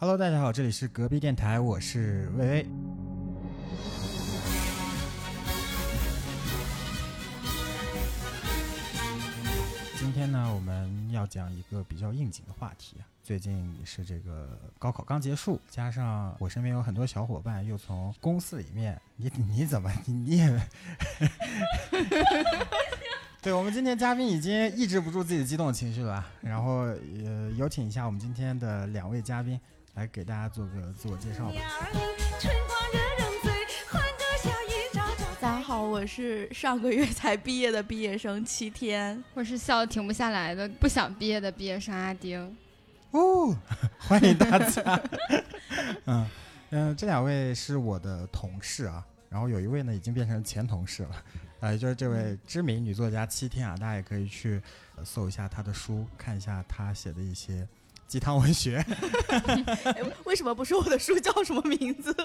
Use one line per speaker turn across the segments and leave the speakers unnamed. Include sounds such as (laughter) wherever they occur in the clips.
Hello，大家好，这里是隔壁电台，我是薇薇。今天呢，我们要讲一个比较应景的话题啊。最近也是这个高考刚结束，加上我身边有很多小伙伴又从公司里面，你 (laughs) 你怎么你你也，对我们今天嘉宾已经抑制不住自己的激动情绪了啊。然后呃，有请一下我们今天的两位嘉宾来给大家做个自我介绍吧。
春光惹人醉，欢歌笑语朝朝
(laughs) 大家好，我是上个月才毕业的毕业生七 (laughs) 天。
我是笑得停不下来的，不想毕业的啊毕业生阿丁。
哦，欢迎大家。嗯嗯、这两位是我的同事啊，然后有一位呢已经变成前同事了， (laughs) 呃，也就是这位知名女作家七天啊，大家也可以去、呃搜一下她的书，看一下她写的一些鸡汤文学。
哎为什么不说我的书叫什么名字？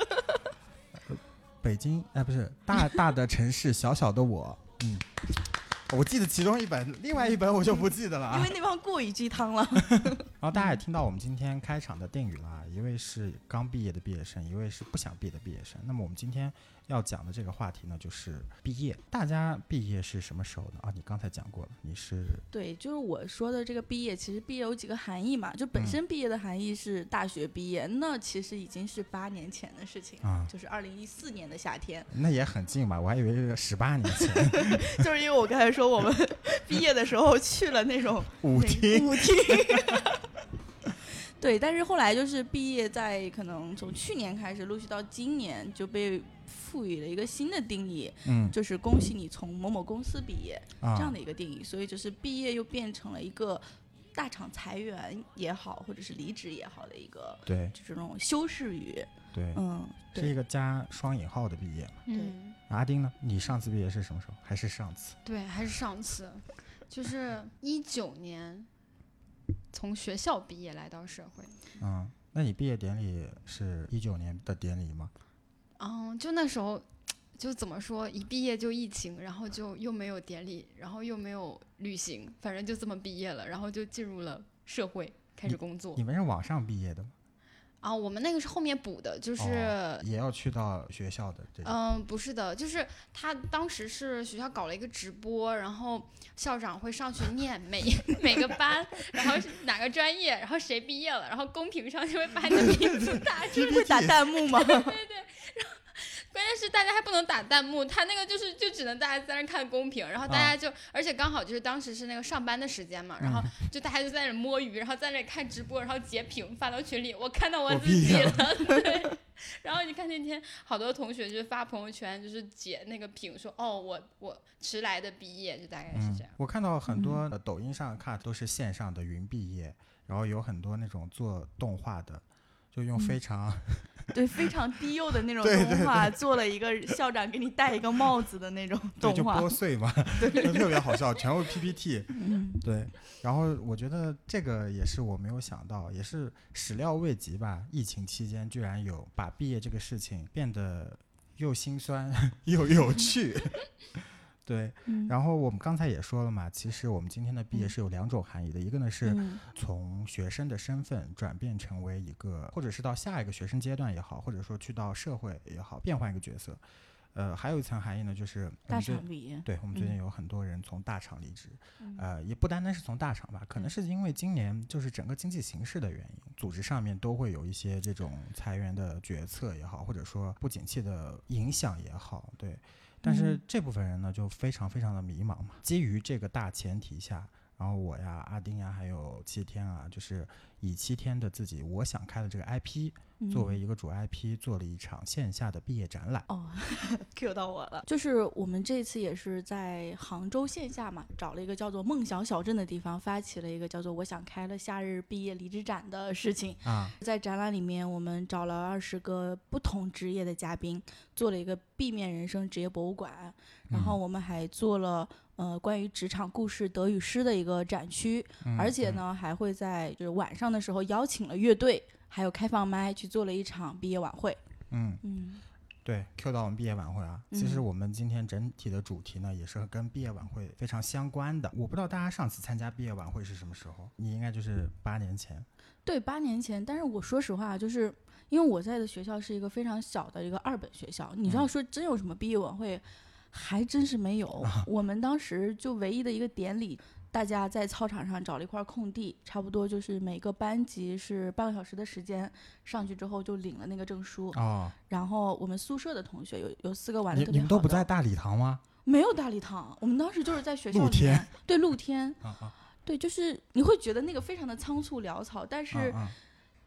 北京，哎、不是大大的城市，小小的我，嗯。我记得其中一本，另外一本我就不记得了啊。
(laughs) 因为那帮过于鸡汤了。
然后大家也听到我们今天开场的定语啦，一位是刚毕业的毕业生，一位是不想毕业的毕业生。那么我们今天要讲的这个话题呢，就是毕业。大家毕业是什么时候呢？啊，你刚才讲过了，你是
(laughs) 对，就是我说的这个毕业，其实毕业有几个含义嘛。就本身毕业的含义是大学毕业，那其实已经是八年前的事情了，
啊，
就是二零一四年的夏天。
那也很近吧？我还以为是十八年前 (laughs)
(laughs) 就是因为我刚才说我们 (laughs) 毕业的时候去了那种
舞 (laughs) 厅。
舞厅。对，但是后来就是毕业，在可能从去年开始，陆续到今年就被赋予了一个新的定义，
嗯
就是恭喜你从某某公司毕业
啊，
这样的一个定义。所以就是毕业又变成了一个大厂裁员也好，或者是离职也好的一个
对
就是那种修饰语。
对，
嗯，
是一
对，
个加双引号的毕业嘛。
嗯，
阿丁呢？你上次毕业是什么时候？还是上次？
对，还是上次，就是一九年从学校毕业来到社会。
嗯，那你毕业典礼是一九年的典礼吗？
嗯，就那时候，就怎么说，一毕业就疫情，然后就又没有典礼，然后又没有旅行，反正就这么毕业了，然后就进入了社会，开始工作
你。们是网上毕业的吗？
啊，我们那个是后面补的，就是。
哦也要去到学校的这种。
嗯，不是的，就是他当时是学校搞了一个直播，然后校长会上去念每 (laughs) 每个班，然后是哪个专业，然后谁毕业了，然后公屏上就会把你的名字打出来。
会打弹幕
(laughs)
吗？
关键是大家还不能打弹幕，他那个就是就只能大家在那儿看公屏，然后大家就，而且刚好就是当时是那个上班的时间嘛，然后就大家就在那儿摸鱼，然后在那里看直播，然后截屏发到群里，我看到我
我
自
毕
己
业
了， (laughs) 对。然后你看那天好多同学就发朋友圈，就是截那个屏说，哦，我我迟来的毕业，就大概是这样。
嗯我看到很多呃抖音上看都是线上的云毕业，然后有很多那种做动画的，就用非
(laughs)
常、
对，非常低幼的那种
对对
动
(laughs)
画，做了一个校长给你戴一个帽子的那种
对
动
就
画
剥。碎
(laughs)
嘛，就 (laughs) 特别好笑，全部 PPT。对，
嗯
然后我觉得这个也是我没有想到，也是始料未及吧。疫情期间居然有把毕业这个事情变得又心酸 (laughs) 又有
(laughs)
趣。对，
嗯
然后我们刚才也说了嘛，其实我们今天的毕业是有两种含义的，一个呢是
嗯
从学生的身份转变成为一个，或者是到下一个学生阶段也好，或者说去到社会也好，变换一个角色。呃，还有一层含义呢，就是我
大
们最
厂毕业，
对我们最近有很多人从大厂离职，
嗯
呃，也不单单是从大厂吧，可能是因为今年就是整个经济形势的原因，组织上面都会有一些这种裁员的决策也好，或者说不景气的影响也好，对。但
嗯
是这部分人呢，就非常非常的迷茫嘛。基于这个大前提下，然后我呀、阿丁呀，还有七天啊，就是以七天的自己我想开的这个 IP
嗯
作为一个主 IP，做了一场线下的毕业展览。
哦 (laughs) ，Q 到我了。就是我们这次也是在杭州线下嘛，找了一个叫做梦想小镇的地方，发起了一个叫做“我想开了夏日毕业离职展”的事情。
啊，
在展览里面，我们找了二十个不同职业的嘉宾，做了一个避免人生职业博物馆。然后我们还做了呃关于职场故事得与失的一个展区，
嗯
而且，呢还会在就是晚上的时候邀请了乐队，还有开放麦去做了一场毕业晚会。
嗯，
嗯，
对，Q 到我们毕业晚会啊，其实我们今天整体的主题呢，也是跟毕业晚会非常相关的。我不知道大家上次参加毕业晚会是什么时候，你应该就是八年前。
对，八年前。但是我说实话，就是因为我在的学校是一个非常小的一个二本学校，你
嗯
知道说真有什么毕业晚会，还真是没有。
啊
(laughs) 我们当时就唯一的一个典礼，大家在操场上找了一块空地，差不多就是每个班级是半个小时的时间，上去之后就领了那个证书。
哦，
然后我们宿舍的同学有有四个玩
你
的特别
你
好
们
的，
都不在大礼堂吗？
没有大礼堂，我们当时就是在学校
露
里
天
面，对露天，
啊啊
对，就是你会觉得那个非常的仓促潦草，但
啊
是
啊！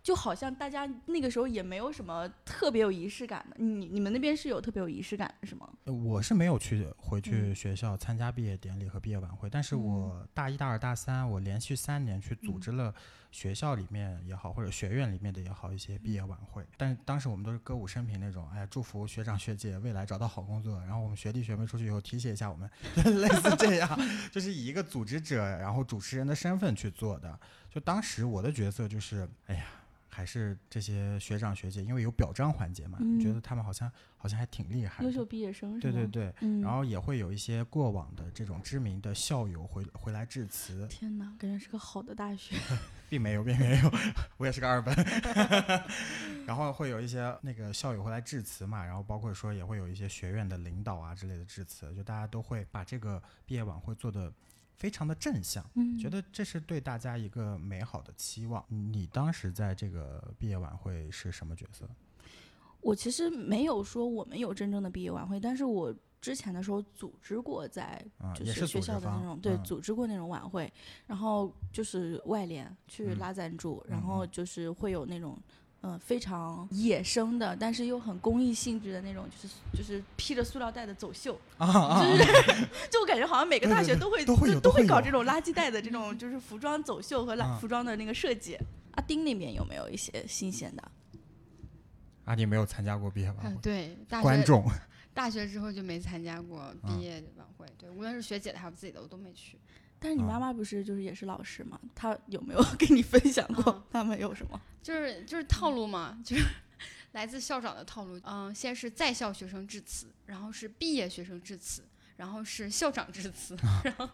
就好像大家那个时候也没有什么特别有仪式感的。你你们那边是有特别有仪式感的是吗？
呃我是没有去回去
嗯
学校参加毕业典礼和毕业晚会，但是我大一、大二、大三，我连续三年去
嗯
组织了学校里面也好，或者学院里面的也好一些毕业晚会。但是当时我们都是歌舞升平那种，哎，祝福学长学姐未来找到好工作，然后我们学弟学妹出去以后提携一下我们， (laughs) 类似这样， (laughs) 就是以一个组织者，然后主持人的身份去做的。就当时我的角色就是，哎呀。还是这些学长学姐，因为有表彰环节嘛，
嗯
觉得他们好像好像还挺厉害的，
优秀毕业生是
对
吗？
对对，
嗯。
然后也会有一些过往的这种知名的校友回回来致辞，
天哪，感觉是个好的
(laughs)
大学。
并没有，并没有，我也是个二本。 (laughs) 然后会有一些那个校友会来致辞嘛，然后包括说也会有一些学院的领导啊之类的致辞，就大家都会把这个毕业晚会做得非常的正向，
嗯，
觉得这是对大家一个美好的期望。你当时在这个毕业晚会是什么角色？
我其实没有说我们有真正的毕业晚会，但是我之前的时候组织过在
啊、
就
也
是
组
学
织
校的那
方
种对
嗯
组织过那种晚会，然后就是外联去
嗯
拉赞助，
嗯
然后就是会有那种。嗯，非常野生的，但是又很公益性质的那种，就是就是披着塑料袋的走秀，
啊
就是 (laughs) 就我感觉好像每个
对
大
对
学
对
都会
都会有
都
都会
搞
有嗯
这种垃圾袋的这种就是服装走秀和
啊
垃服装的那个设计。阿丁那边有没有一些新鲜的？
嗯啊，你没有参加过毕业晚
(laughs)
啊
会，，
对，大
观
学
众。
大学之后就没参加过
嗯
毕业晚会，对，无论是学姐的还是我自己的，我都没去。
但是你
啊
妈妈不是就是也是老师吗？她有没有 (laughs) 跟你分享过
啊
他们有什么？
就是就是套路嘛，就是 (laughs) 来自校长的套路。嗯，先是在校学生致辞，然后是毕业学生致辞，然后是校长致 (laughs) 辞，然后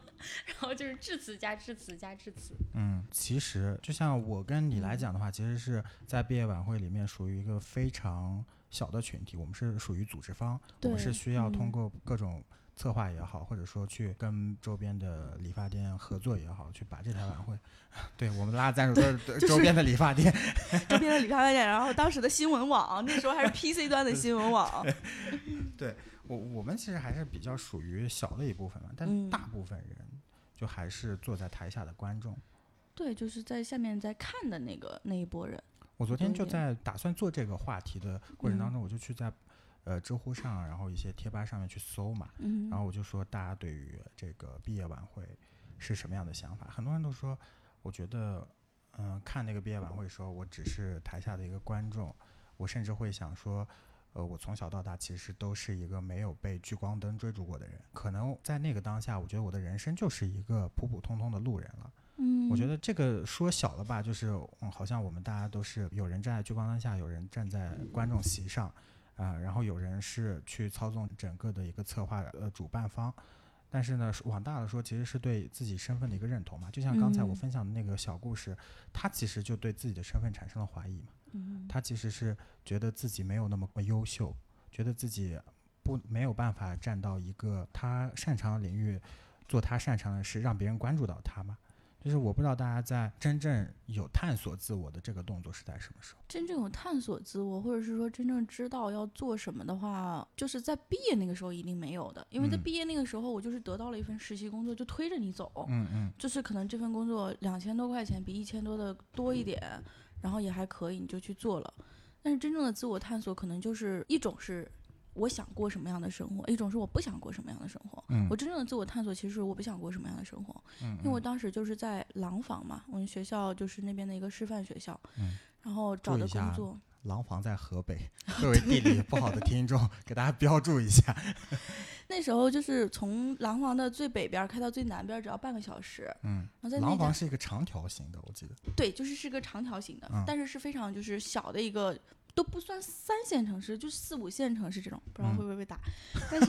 然后就是致辞加致辞加致辞。
嗯，其实就像我跟你来讲的话，其实是在毕业晚会里面属于一个非常小的群体，我们是属于组织方，我们
对
是需要通
嗯
过各种策划也好，或者说去跟周边的理发店合作也好，去把这台晚会， (laughs) 对我们拉赞助都是对
就
周
是
边的理发店，
周边的理发店，然后当时的新闻网，那时候还是 (laughs) PC 端的新闻网。
我我们其实还是比较属于小的一部分嘛，但是
嗯
大部分人就还是坐在台下的观众。
对，就是在下面在看的那个那一波人。
我昨天
有
就
点
在打算做这个话题的过程当
嗯
中，我就去在呃知乎上，然后一些贴吧上面去搜嘛，
嗯
然后我就说大家对于这个毕业晚会是什么样的想法？很多人都说，我觉得，嗯、看那个毕业晚会的时候，我只是台下的一个观众，我甚至会想说。呃，我从小到大其实都是一个没有被聚光灯追逐过的人，可能在那个当下，我觉得我的人生就是一个普普通通的路人了。
嗯
我觉得这个说小了吧，就是、嗯、好像我们大家都是有人站在聚光灯下，有人站在观众席上，啊、然后有人是去操纵整个的一个策划呃主办方。但是呢，往大了说，其实是对自己身份的一个认同嘛。就像刚才我
嗯
分享的那个小故事，他其实就对自己的身份产生了怀疑嘛。
嗯
他其实是觉得自己没有那么优秀，觉得自己不没有办法站到一个他擅长的领域，做他擅长的事，让别人关注到他嘛。就是我不知道大家在真正有探索自我的这个动作是在什么时候。
真正有探索自我，或者是说真正知道要做什么的话，就是在毕业那个时候一定没有的，因为在
嗯
毕业那个时候，我就是得到了一份实习工作，就推着你走。
嗯嗯，
就是可能这份工作两千多块钱比一千多的多一
嗯
点，然后也还可以，你就去做了。但是真正的自我探索，可能就是一种是我想过什么样的生活，一种是我不想过什么样的生活。
嗯
我真正的自我探索，其实是我不想过什么样的生活，
嗯
因为我当时就是在廊坊嘛，我们学校就是那边的一个师范学校，
嗯
然后找
注意
的
一下
工作。
廊坊在河北， (laughs) 作为地理不好的听众，给大家标注一下。
那时候就是从廊坊的最北边儿开到最南边儿，只要半个小时。
(laughs) 嗯，
然后在那
廊
家
坊是一个长条形的，我记得。
对，就是是个长条形的，
嗯
但是是非常就是小的一个都不算三线城市，就是四五线城市这种，不知道
嗯
会不会被打。但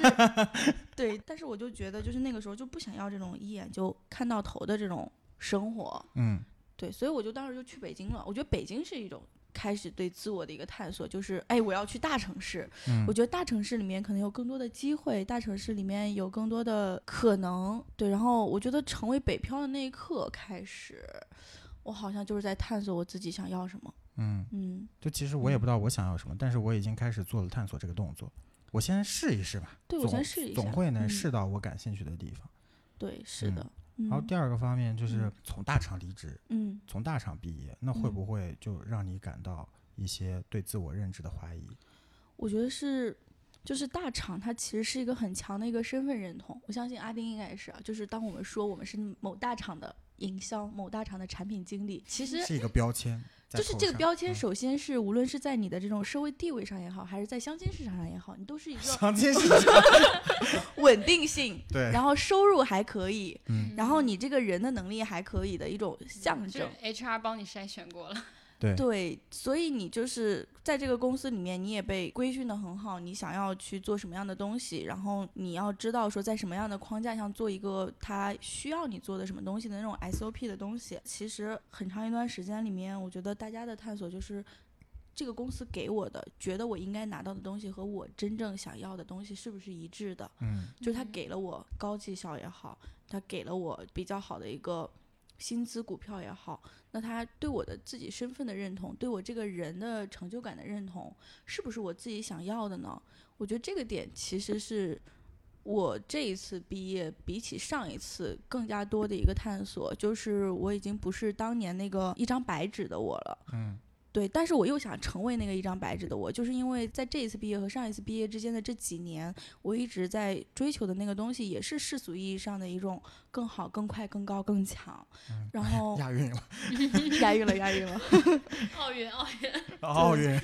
是，对，但是我就觉得，就是那个时候就不想要这种一眼就看到头的这种生活，
嗯
对，所以我就当时就去北京了。我觉得北京是一种开始对自我的一个探索，就是哎，我要去大城市。
嗯
我觉得大城市里面可能有更多的机会，大城市里面有更多的可能。对，然后我觉得成为北漂的那一刻开始，我好像就是在探索我自己想要什么。
嗯，
嗯，
就其实我也不知道我想要什么，但是我已经开始做了探索这个动作。我先试一试吧，
对我
总
先试一下，
总会能
嗯
试到我感兴趣的地方。
对，是的。嗯
然后第二个方面就是
嗯
从大厂离职，
嗯，
从大厂毕业，那会
嗯
不会就让你感到一些对自我认知的怀疑？
我觉得是，就是大厂它其实是一个很强的一个身份认同。我相信阿丁应该也是啊，就是当我们说我们是某大厂的营销、某大厂的产品经理，其实
是一个标签在头
就是
上，
这个标签，
嗯
首先是无论是在你的这种社会地位上也好，还是在相亲市场上也好，你都是一
(laughs)
个
相亲市场，
稳定性，
对，
然后收入还可以，
嗯
然后你这个人的能力还可以的一种象
就是
征。
HR 帮你筛选过了，
对
对，所以你就是在这个公司里面，你也被规训的很好，你想要去做什么样的东西，然后你要知道说在什么样的框架上做一个他需要你做的什么东西的那种 SOP 的东西。其实很长一段时间里面，我觉得大家的探索就是。这个公司给我的，觉得我应该拿到的东西和我真正想要的东西是不是一致的？
嗯
就是他
嗯
给了我高绩效也好，他给了我比较好的一个薪资股票也好，那他对我的自己身份的认同，对我这个人的成就感的认同，是不是我自己想要的呢？我觉得这个点其实是我这一次毕业比起上一次更加多的一个探索，就是我已经不是当年那个一张白纸的我了。
嗯
对，但是我又想成为那个一张白纸的我，就是因为在这一次毕业和上一次毕业之间的这几年，我一直在追求的那个东西，也是世俗意义上的一种更好、更快、更高、更强。
嗯
然
(laughs)
后
亚
(laughs)
运了，
押韵了，押韵了，
奥运奥运，
奥运，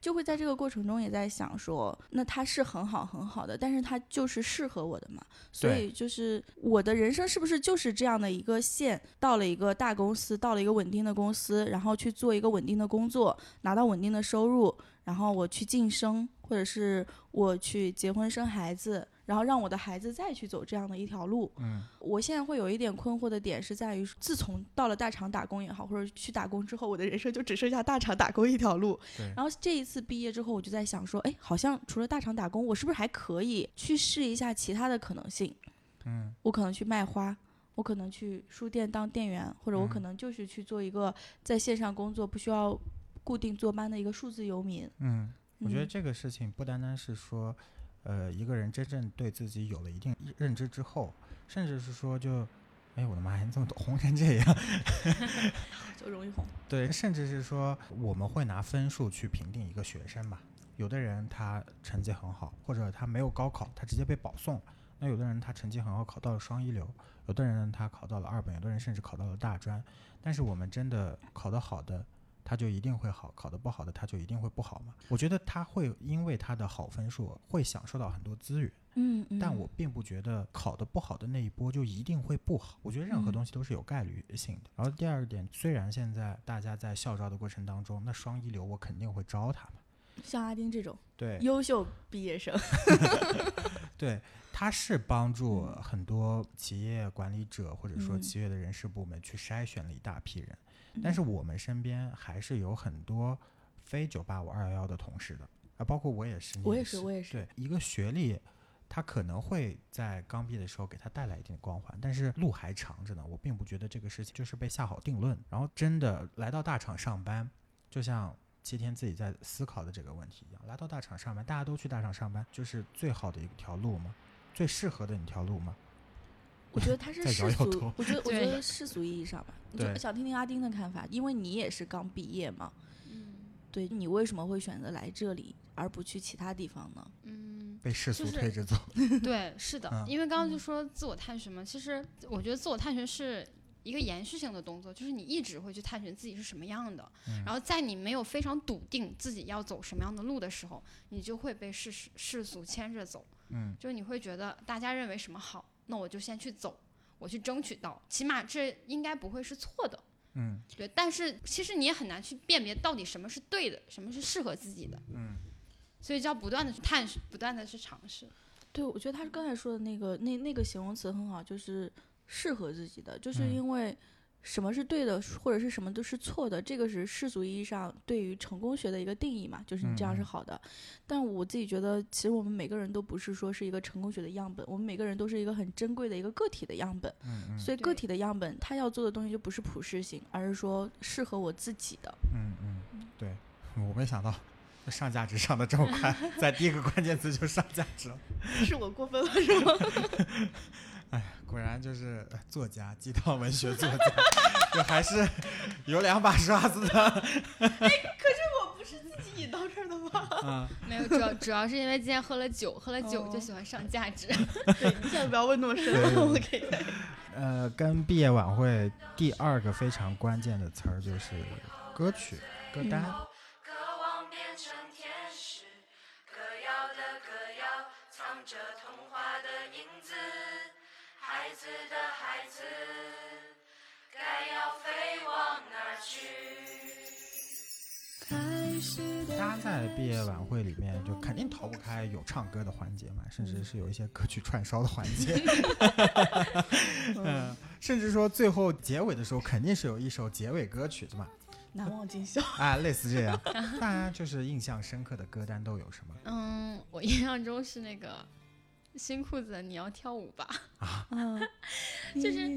就会在这个过程中也在想说，那它是很好很好的，但是它就是适合我的嘛。所
对
以就是我的人生是不是就是这样的一个线？到了一个大公司，到了一个稳定的公司，然后去做一个稳定的工作，拿到稳定的收入，然后我去晋升，或者是我去结婚生孩子，然后让我的孩子再去走这样的一条路。
嗯
我现在会有一点困惑的点是在于，自从到了大厂打工也好，或者去打工之后，我的人生就只剩下大厂打工一条路
对。
然后这一次毕业之后，我就在想说，哎，好像除了大厂打工，我是不是还可以去试一下其他的可能性？
嗯
我可能去卖花，我可能去书店当店员，或者我可
嗯
能就是去做一个在线上工作不需要固定坐班的一个数字游民。
嗯，我觉得
嗯
这个事情不单单是说，呃，一个人真正对自己有了一定认知之后，甚至是说就，哎，我的妈呀，你怎么红成这样？
就容易红。
对，甚至是说我们会拿分数去评定一个学生吧。有的人他成绩很好，或者他没有高考，他直接被保送；那有的人他成绩很好，考到了双一流；有的人他考到了二本，有的人甚至考到了大专。但是我们真的考得好的，他就一定会好；考得不好的，他就一定会不好嘛？我觉得他会因为他的好分数会享受到很多资源，
嗯，
但我并不觉得考得不好的那一波就一定会不好。我觉得任何
嗯
东西都是有概率性的。然后第二个点，虽然现在大家在校招的过程当中，那双一流我肯定会招他们。
像阿丁这种
对
优秀毕业生，
对，他是帮助很多企业管理者或者说
嗯
企业的人事部门去筛选了一大批人，但是我们身边还是有很多非九八五二幺幺的同事的啊，包括我也是，你
我也
也
是，我也是。
对，一个学历，它可能会在刚毕业的时候给他带来一定的光环，但是路还长着呢。我并不觉得这个事情就是被下好定论。然后真的来到大厂上班，就像七天自己在思考的这个问题一样，来到大厂上班，大家都去大厂上班，就是最好的一条路吗？最适合的一条路吗？
我觉得他是
在摇
世
摇
俗
头，
我觉得我觉
对
得世俗意义上吧，我就
对
想听听阿丁的看法，因为你也是刚毕业嘛，
嗯
对你为什么会选择来这里，而不去其他地方呢？
嗯。
被世俗
就是
推着走， (laughs)
对，是的，
嗯
因为刚刚就说自我探寻嘛，其实我觉得自我探寻是一个延续性的动作，就是你一直会去探寻自己是什么样的，
嗯
然后在你没有非常笃定自己要走什么样的路的时候，你就会被世世世俗牵着走，
嗯，
就是你会觉得大家认为什么好，那我就先去走，我去争取到，起码这应该不会是错的。
嗯
对，但是其实你也很难去辨别到底什么是对的，什么是适合自己的，
嗯
所以就要不断的去探索，不断的去尝试。
对，我觉得他刚才说的那个那那个形容词很好，就是适合自己的，就是
嗯
因为什么是对的，或者是什么都是错的，这个是世俗意义上对于成功学的一个定义嘛，就是你这样
嗯
是
嗯
好的。但我自己觉得，其实我们每个人都不是说是一个成功学的样本，我们每个人都是一个很珍贵的一个个体的样本，
嗯嗯
所以个
对
体的样本它要做的东西就不是普适性，而是说适合我自己的。
嗯嗯，对，我没想到上价值上的这么
(laughs)
快，在第一个关键词就上价值了。
(laughs) 是我过分了是吗？
哎果然就是呃作家，鸡汤文学作家， (laughs) 就还是有两把刷子的。
我不是自己引到这儿的吗？
嗯，
没有，主要主要是因为今天喝了酒，喝了酒
哦
就喜欢上价值。 (laughs)
对，你现在不要问那么 (laughs) 深
对对
了，我
对
可以。
呃，跟毕业晚会第二个非常关键的词儿就是歌曲、歌单。
渴望变成天使，歌谣的歌谣藏着童话的影子，孩子的孩子，该要飞往哪儿去？
大家在毕业晚会里面就肯定逃不开有唱歌的环节嘛，甚至是有一些歌曲串烧的环节。 (laughs) 嗯，甚至说最后结尾的时候肯定是有一首结尾歌曲的嘛，
难忘今宵。
啊，类似这样。 (laughs) 大家就是印象深刻的歌单都有什么？
嗯，我印象中是那个新裤子，你要跳舞吧？ (laughs)
(laughs) 嗯，
就是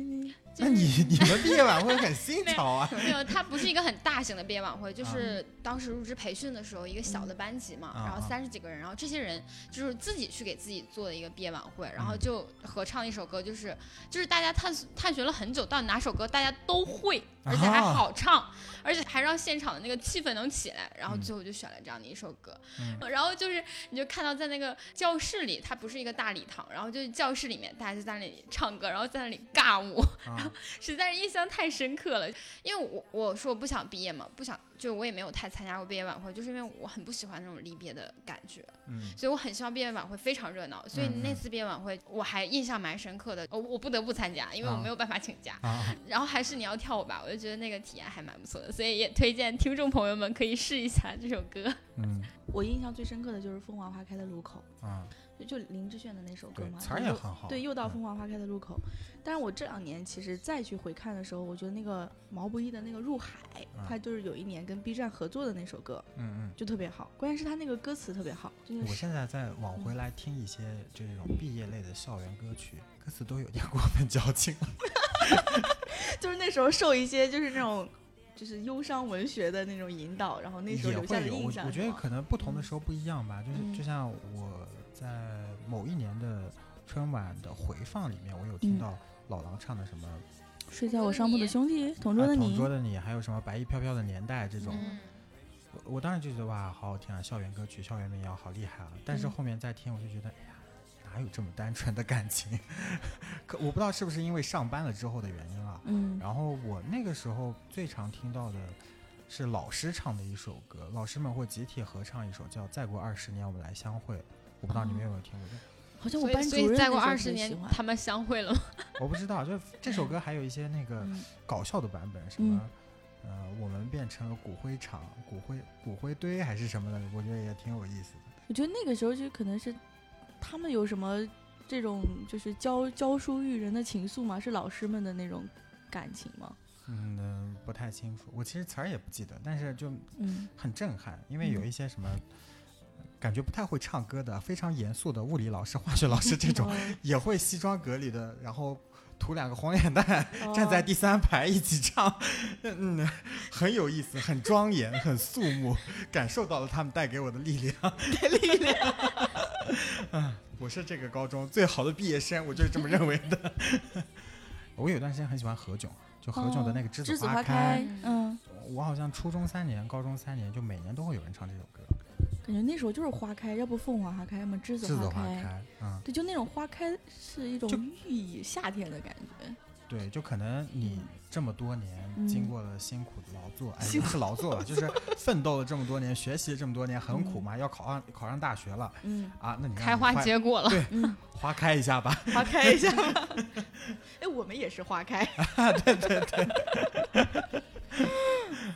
就
那
是
你
(laughs)
你们毕业晚会很新潮啊
没有，它不是一个很大型的毕业晚会，就是当时入职培训的时候一个小的班级嘛，
嗯
然
啊啊
后三十几个人，然后这些人就是自己去给自己做的一个毕业晚会，然后
嗯
就合唱一首歌，就是就是大家探索探寻了很久，到底哪首歌大家都会，而且还
啊
好唱，而且还让现场的那个气氛能起来，然后
嗯
最后就选了这样的一首歌，
嗯
(laughs) 然后就是你就看到在那个教室里，它不是一个大礼堂，然后就是教室里面大家就在那里唱歌，然后在那里尬舞。
啊！
实在是印象太深刻了，因为我我说我不想毕业嘛，不想就我也没有太参加过毕业晚会，就是因为我很不喜欢那种离别的感觉，
嗯
所以我很希望毕业晚会非常热闹，所以
嗯嗯
那次毕业晚会我还印象蛮深刻的，我我不得不参加，因为我
啊
没有办法请假，
啊，
然后还是你要跳舞吧，我就觉得那个体验还蛮不错的，所以也推荐听众朋友们可以试一下这首歌。
嗯
我印象最深刻的就是《凤凰花开的路口
啊，》，
就就林志炫的那首歌
对，
嘛，
词儿
就
也
又
很好。
对，又到
嗯
《凤凰花开的路口》但是我这两年其实再去回看的时候，我觉得那个毛不易的那个《入海》，
啊
他就是有一年跟 B 站合作的那首歌，
嗯
就特别好。关键是他那个歌词特别好，真
嗯。
的
我
是。
现在在往回来听一些这种毕业类的校园歌曲，歌词都有点过分矫情了。
就是那时候受一些就是那种就是忧伤文学的那种引导，然后那时候
也
留下
会
的
有，
印
我
象。
我觉
是
得
吗
可能不同的时候不一样吧，就是就
嗯
像我在某一年的春晚的回放里面，我有听
嗯
到老狼唱的什么
睡在我上铺的兄弟，同桌的
啊
你
同，桌的你，还有什么白衣飘飘的年代这种，
嗯，
我我当时就觉得哇，好好听啊，校园歌曲、校园民谣好厉害啊！但是
嗯
后面再听，我就觉得，哎呀，哪有这么单纯的感情？ (laughs) 可我不知道是不是因为上班了之后的原因啊。
嗯
然后我那个时候最常听到的是老师唱的一首歌，老师们会集体合唱一首叫《再过二十年我们来相会》，我不知道你们有没有听过
哦
这。
好像我
所
班
以
主
所
任
以再
那
过
时候
二十
特别
年
喜欢
他们相会了吗？
我不知道，就这首歌还有一些那个
嗯
搞笑的版本，什么、呃，我们变成了骨灰场、骨灰骨灰堆还是什么的，我觉得也挺有意思的。
我觉得那个时候就可能是他们有什么这种就是教教书育人的情愫吗？是老师们的那种感情吗？
嗯、呃不太清楚，我其实词儿也不记得，但是就
嗯，
很震撼，因为有
嗯
一些什么。感觉不太会唱歌的，非常严肃的物理老师、化学老师这
哦
种，也会西装革履的，然后涂两个红脸蛋， (laughs)
哦
站
(laughs)
在第三排一起唱，嗯，嗯很有意思，很庄严，很肃穆，感受到了他们带给我的力量。
力量。
我是这个高中最好的毕业生，我就是这么认为的。 (laughs) 我有段时间很喜欢何炅，就何炅的那个《栀
栀
子
子花 (laughs)
开》
开，嗯，
我好像初中三年、高中三年，就每年都会有人唱这首歌，
感觉那时候就是花开，要不凤凰花开，要么栀
《栀
子
子
花
花开》。嗯，
对，就那种花开是一种
就
(laughs) 寓意夏天的感觉。
对，就可能你这么多年
嗯
经过了辛苦的劳作，哎，不是劳作了，就是奋斗了这么多年，学习了这么多年，很苦嘛，要考上考上大学了
嗯
啊，那你让
开
你
花
快
结果了，
对
嗯，
花开一下吧，
花开一下 (laughs) 吧。哎，我们也是花开。 (laughs) 对对 (laughs) 对。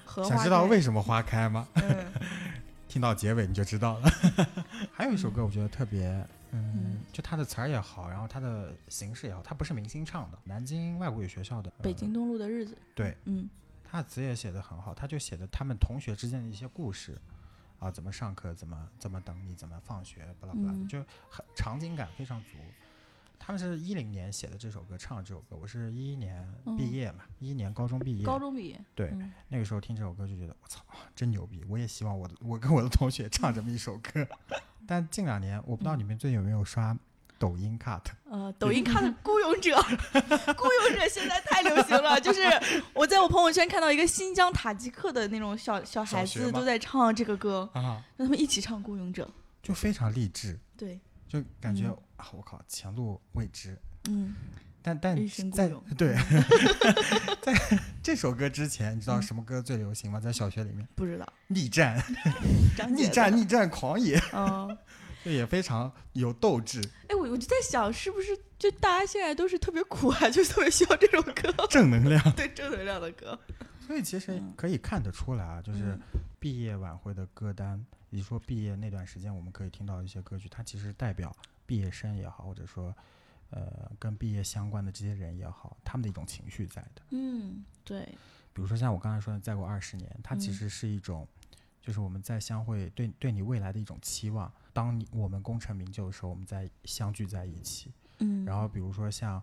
荷花
想知道为
什
什么花开吗？
么？嗯
听到结尾你就知道了。 (laughs) 还有一首歌我觉得特别，嗯
嗯，
就它的词儿也好，然后它的形式也好，它不是明星唱的，南京外国语学校的，呃
北京东路的日子。
对，
嗯
他的词也写得很好，他就写的他们同学之间的一些故事，啊，怎么上课，怎么怎么等你，怎么放学，巴拉巴拉，
嗯
就很场景感非常足。他们是一零年写的这首歌，唱的这首歌，我是一一年毕
嗯
业嘛，一一、年高中毕业，
高中毕业。
对
嗯
那个时候听这首歌就觉得我操，真牛逼！我也希望我的我跟我的同学唱这么一首歌。 (laughs) 但近两年，我不
嗯
知道你们最近有没有刷抖音 cut，
呃，抖音看的孤勇者， (laughs) 孤勇者现在太流行了。就是我在我朋友圈看到一个新疆塔吉克的那种小小
小
孩
学
子
吗
都在唱这个歌，
啊，
让他们一起唱《孤勇者》。
就非常励志，
对，
就感觉、
嗯
啊，我靠，前路未知。
嗯，
但但
人生孤
在
勇
(laughs)
(laughs)
对，在这首歌之前，你知
嗯
道什么歌最流行吗？在小学里面，
不知道。
逆战、
张
逆
杰
战、
的，
逆战狂野， (laughs)
嗯。
这也非常有斗志，
哎，我我就在想，是不是就大家现在都是特别苦啊，就特别需要这种歌， (laughs)
正能量。
对正能量的歌。
所以其实
嗯
可以看得出来啊，就是
嗯
毕业晚会的歌单，你说毕业那段时间，我们可以听到一些歌曲，它其实代表毕业生也好，或者说呃跟毕业相关的这些人也好，他们的一种情绪在的。
(laughs) 嗯，对，
比如说像我刚才说的，再过二十年，它其
嗯
实是一种，就是我们在相会对对你未来的一种期望。当你我们功成名就的时候，我们再相聚在一起。
嗯
然后比如说像。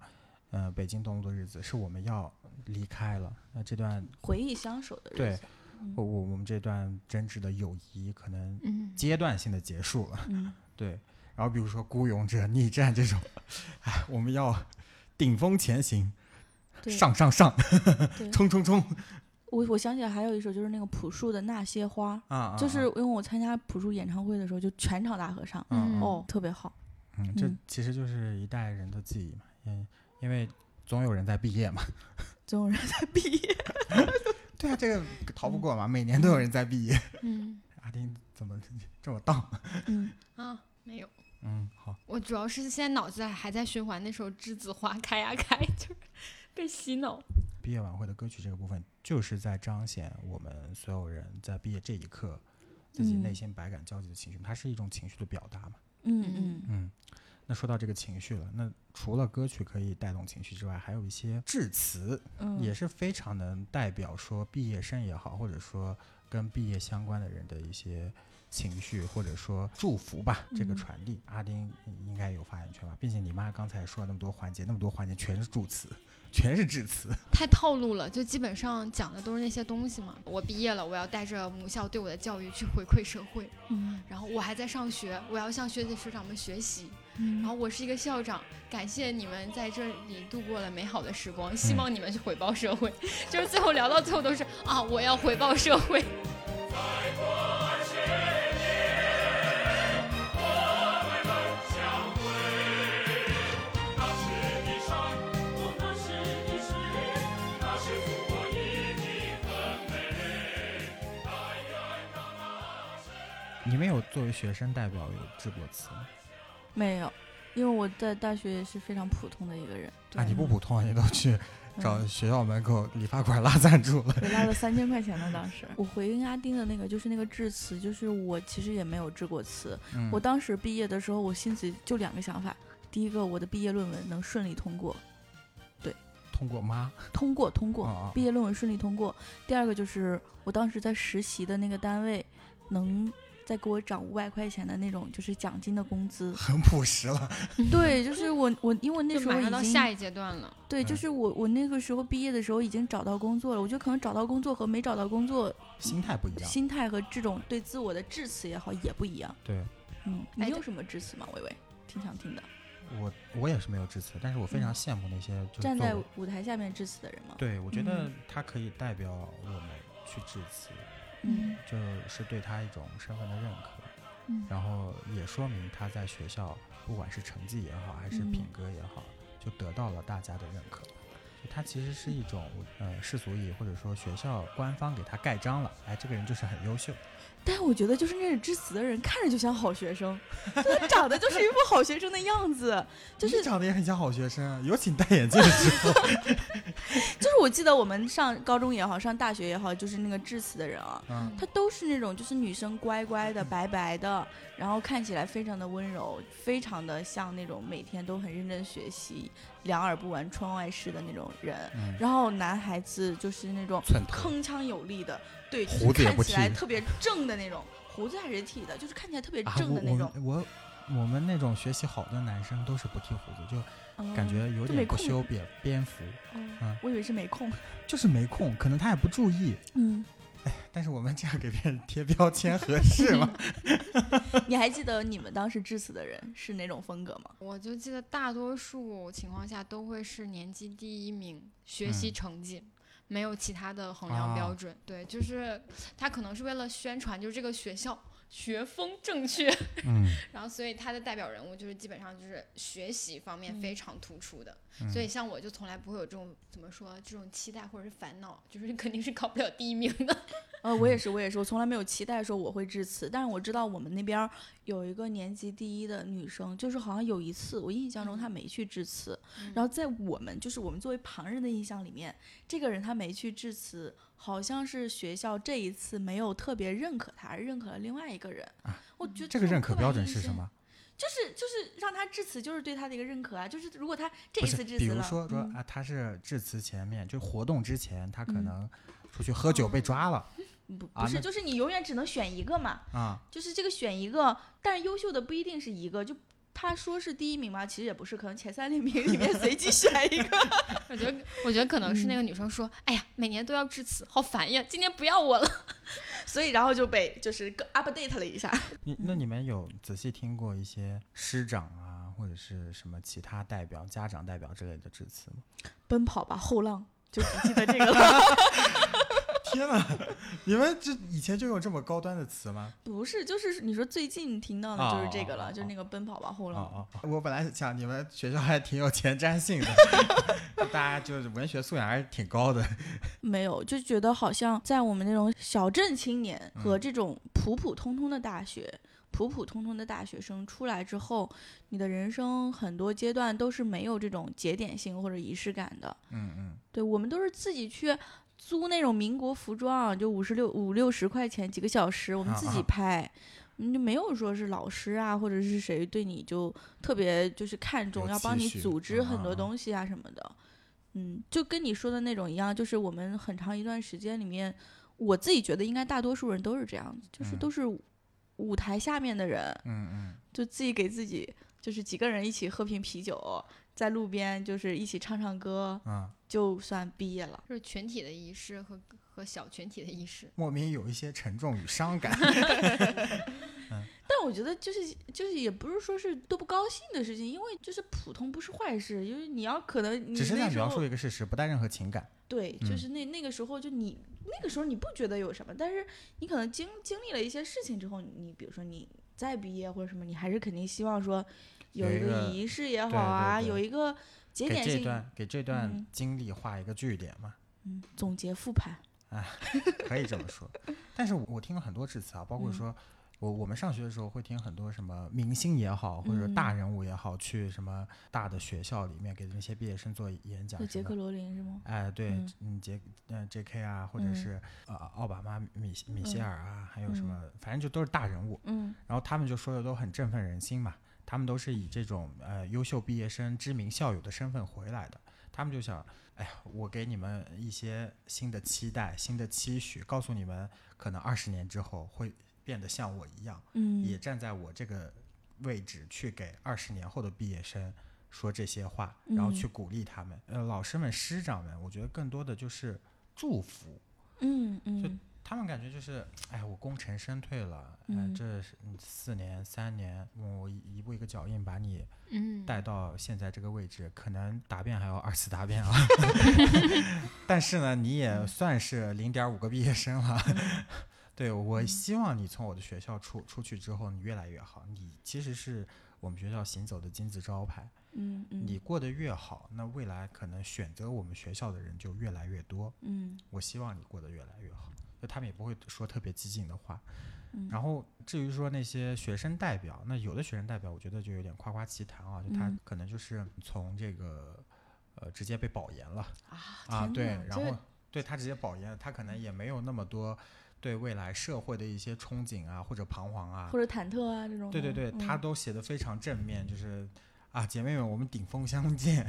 呃，北京东路的日子是我们要离开了，那这段
回忆相守的
对
日子。
我我我们这段真挚的友谊可能
嗯，
阶段性的结束了，
嗯，
对。然后比如说《孤勇者》《逆战》这种，哎，我们要顶峰前行，
对，
上上上，
对
冲冲冲
我我想起来还有一首就是那个朴树的《那些花
啊啊！》，
就是
啊
因为我参加朴树演唱会的时候就全场大合唱，
嗯
哦，特别好。
嗯，这
嗯
其实就是一代人的记忆嘛，嗯，因为总有人在毕业嘛， (laughs)
总有人在毕业，
对啊，这个逃
嗯
不过嘛，每年都有人在毕业。 (laughs)
嗯
阿丁怎么这么荡？
(laughs) 嗯，
啊，没有，
嗯，好，
我主要是现在脑子里还在循环那首《栀子花开呀、开》，就是被洗脑。
毕业晚会的歌曲这个部分，就是在彰显我们所有人在毕业这一刻自己内
嗯
心百感交集的情绪，它是一种情绪的表达嘛。
嗯嗯
嗯，那说到这个情绪了，那除了歌曲可以带动情绪之外，还有一些致辞
嗯，
也是非常能代表说毕业生也好，或者说跟毕业相关的人的一些情绪或者说祝福吧，这个
嗯
传递。阿丁你应该有发言权吧？毕竟你妈刚才说了那么多环节，那么多环节全是祝词，全是致辞。
太套路了，就基本上讲的都是那些东西嘛。我毕业了，我要带着母校对我的教育去回馈社会，
嗯
然后我还在上学，我要向学姐学长们学习。
嗯
然后我是一个校长，感谢你们在这里度过了美好的时光，希望你们去回报社会。 (laughs) 就是最后聊到最后都是啊，我要回报社会。
(laughs) 你们有作为学生代表有致过词吗？
没有，因为我在大学也是非常普通的一个人。
啊，
对
你不普通，你都去找
嗯
学校门口理发馆拉赞助了。
我拉了三千块钱呢，当时。我回应阿丁的那个，就是那个致辞，就是我其实也没有致过辞。
嗯
我当时毕业的时候，我心里就两个想法：第一个，我的毕业论文能顺利通过，
通过妈
通过，通过，
啊啊。
毕业论文顺利通过；第二个就是我当时在实习的那个单位，能再给我涨五百块钱的那种，就是奖金的工资 (laughs)
很朴实了。
对，就是我我因为那
就
时候
马上
已
到
经
下一阶段了，
对，就
嗯
是我我那个时候毕业的时候已经找到工作了，我觉得可能找到工作和没找到工作
心态不一样。
心态和这种对自我的致辞也好，也不一样。
对
嗯，
哎
你有
对
什么致辞吗？薇薇，挺想听的。
我，我也是没有致辞，但是我非常
嗯
羡慕那些就是
站
作
在
为
舞台下面致辞的人吗？
对，我觉得
嗯
他可以代表我们去致辞，
嗯
就是对他一种身份的认可，
嗯
然后也说明他在学校不管是成绩也好，还是
嗯
品格也好，就得到了大家的认可。它其实是一种呃世俗意义，或者说学校官方给他盖章了，哎，这个人就是很优秀。
但我觉得就是那种致死的人，看着就像好学 (laughs) 生，就他长得就是一副好学生的样子。就是
你长得也很像好学生啊，尤其你戴眼镜的时
(laughs)
候。
就是我记得我们上高中也好，上大学也好，就是那个致死的人啊，
嗯，
她都是那种就是女生乖乖的、白白的，然后看起来非常的温柔，非常的像那种每天都很认真学习、两耳不闻窗外事的那种人。
嗯
然后男孩子就是那种
寸头
铿锵有力的，对，就是
胡子也
看
不
起来
剃
特别正的那种，胡子还是剃的，就是看起来特别
啊，
正
我
的那种，
我我我们那种学习好的男生都是不剃胡子，就
嗯
啊感觉有
就没
点不
空
修边边幅，
嗯
嗯
我以为是没空，
就是没空，可能他也不注意。
嗯，
但是我们这样给别人贴标签合适
(laughs)
吗？
(laughs) 你还记得你们当时致死的人是哪种风格吗？
我就记得大多数情况下都会是年级第一名，学习
嗯哦
成绩。没有其他的衡量标准，对，就是他可能是为了宣传，就是这个学校学风正确， (laughs)
嗯，
然后所以他的代表人物就是基本上就是学习方面非常突出的，
嗯
所以像我就从来不会有这种怎么说这种期待或者是烦恼，就是肯定是考不了第一名的。
呃，我也是，我也是，我从来没有期待说我会致辞，但是我知道我们那边儿有一个年级第一的女生，就是好像有一次，我印象中她
嗯
没去致辞，然后在我们就是我们作为旁人的印象里面，这个人她没去致辞，好像是学校这一次没有特别认可她，而认可了另外一个人。
啊
我觉
(laughs)
得
这个
种
认可
刻板
标准
印
是什
象
么？？
就是就是让她致辞，就是对她的一个认可啊，就是如果她这
不
一
是，
次致辞了，
比如说说
嗯
啊，他是致辞前面就活动之前，他可
嗯
能出去喝酒被抓了
不不
啊
是，
那
就是你永远只能选一个嘛。
啊，
就是这个选一个，但是优秀的不一定是一个，就他说是第一名嘛，其实也不是，可能前三列名 (laughs) 里面随机选一个。 (laughs)
我觉得，我觉得可能是那个女生说：“哎呀，每年都要致辞，好烦呀，今年不要我了。
所以然后就被就是个 update 了一下。
你那你们有仔细听过一些师长啊，或者是什么其他代表、家长代表之类的致辞吗？
奔跑吧后浪，就只记得这个了。
天哪， (laughs) 你们这以前就有这么高端的词吗？
不是，就是你说最近听到的就是这个了，
哦
就是那个奔跑吧后
哦
浪。
哦，我本来想你们学校还挺有前瞻性 (laughs) 的，大家就是文学素养还是挺高的。
没有，就觉得好像在我们那种小镇青年和这种普普通通的大学、普普通通的大学生出来之后，你的人生很多阶段都是没有这种节点性或者仪式感的。
嗯嗯，
对，我们都是自己去租那种民国服装，就五十六五六十块钱几个小时，我们
啊
自己
啊
拍，嗯，就没有说是老师啊或者是谁对你就特别就是看重，
有
要帮
期
你
许
组织
啊
很
啊
多
啊
东西啊什么的。嗯，就跟你说的那种一样，就是我们很长一段时间里面，我自己觉得应该大多数人都是这样子，就是
嗯
都是舞台下面的人，
嗯嗯，
就自己给自己就是几个人一起喝瓶啤酒，在路边就是一起唱唱歌，
啊，
就算毕业了。”
就是群体的仪式和和小群体的仪式。
莫名有一些沉重与伤感。 (laughs)
但我觉得就是就是也不是说是多不高兴的事情，因为就是普通不是坏事，因为你要可能你
只是在
那时
描述
候
一个事实，不带任何情感。
对，就
嗯
是那那个时候就你那个时候你不觉得有什么，但是你可能经经历了一些事情之后，你比如说你再毕业或者什么，你还是肯定希望说有
有
一
一
个
个
仪式也好
对
啊，
对
有一个节
给
点
这
性，
段给这
嗯
段经历画一个句点嘛，啊
嗯，总结复盘，
(laughs) 可以这么说。但是我我听了很多致辞啊，包括
嗯
说。我我们上学的时候会听很多什么明星也好，或者
嗯
大人物也好，去什么大的学校里面给那些毕业生做演讲什么的。
就杰克罗琳是吗？
哎，对
嗯，
嗯，杰，嗯，J.K. 啊，或者
嗯
是呃奥巴马、米歇米歇
嗯
尔啊，还有什
嗯
么，反正就都是大人物。
嗯
然后他们就说的都很振奋人心嘛，他们都是以这种呃优秀毕业生、知名校友的身份回来的，他们就想，哎呀，我给你们一些新的期待、新的期许，告诉你们，可能二十年之后会变得像我一样，也
嗯，
站在我这个位置去给二十年后的毕业生说这些话，然后
嗯
去鼓励他们。呃，老师们、师长们，我觉得更多的就是祝福。
嗯嗯
就他们感觉就是，哎，我功成身退了，
嗯
嗯，这是嗯四年、三年，嗯我一一步一个脚印把你
嗯，
带到现在这个位置，可能答辩还要二次答辩啊。但是呢，你也算是零点五个毕业生了。 (laughs) 对，我希望你从我的学校出出去之后，你越来越好。你其实是我们学校行走的金字招牌，
嗯嗯，
你过得越好，那未来可能选择我们学校的人就越来越多。
嗯
我希望你过得越来越好。就他们也不会说特别激进的话。
嗯
然后至于说那些学生代表，那有的学生代表我觉得就有点夸夸其谈啊，就他
嗯
可能就是从这个呃直接被保研了
啊
啊，
天
对
哪，
然
这
后对他直接保研，他可能也没有那么多对未来社会的一些憧憬啊或者彷徨啊，
或者忐忑啊这种的，
对对对，
嗯
他都写的非常正面，就是啊，姐妹们，我们顶峰相
(laughs)
见。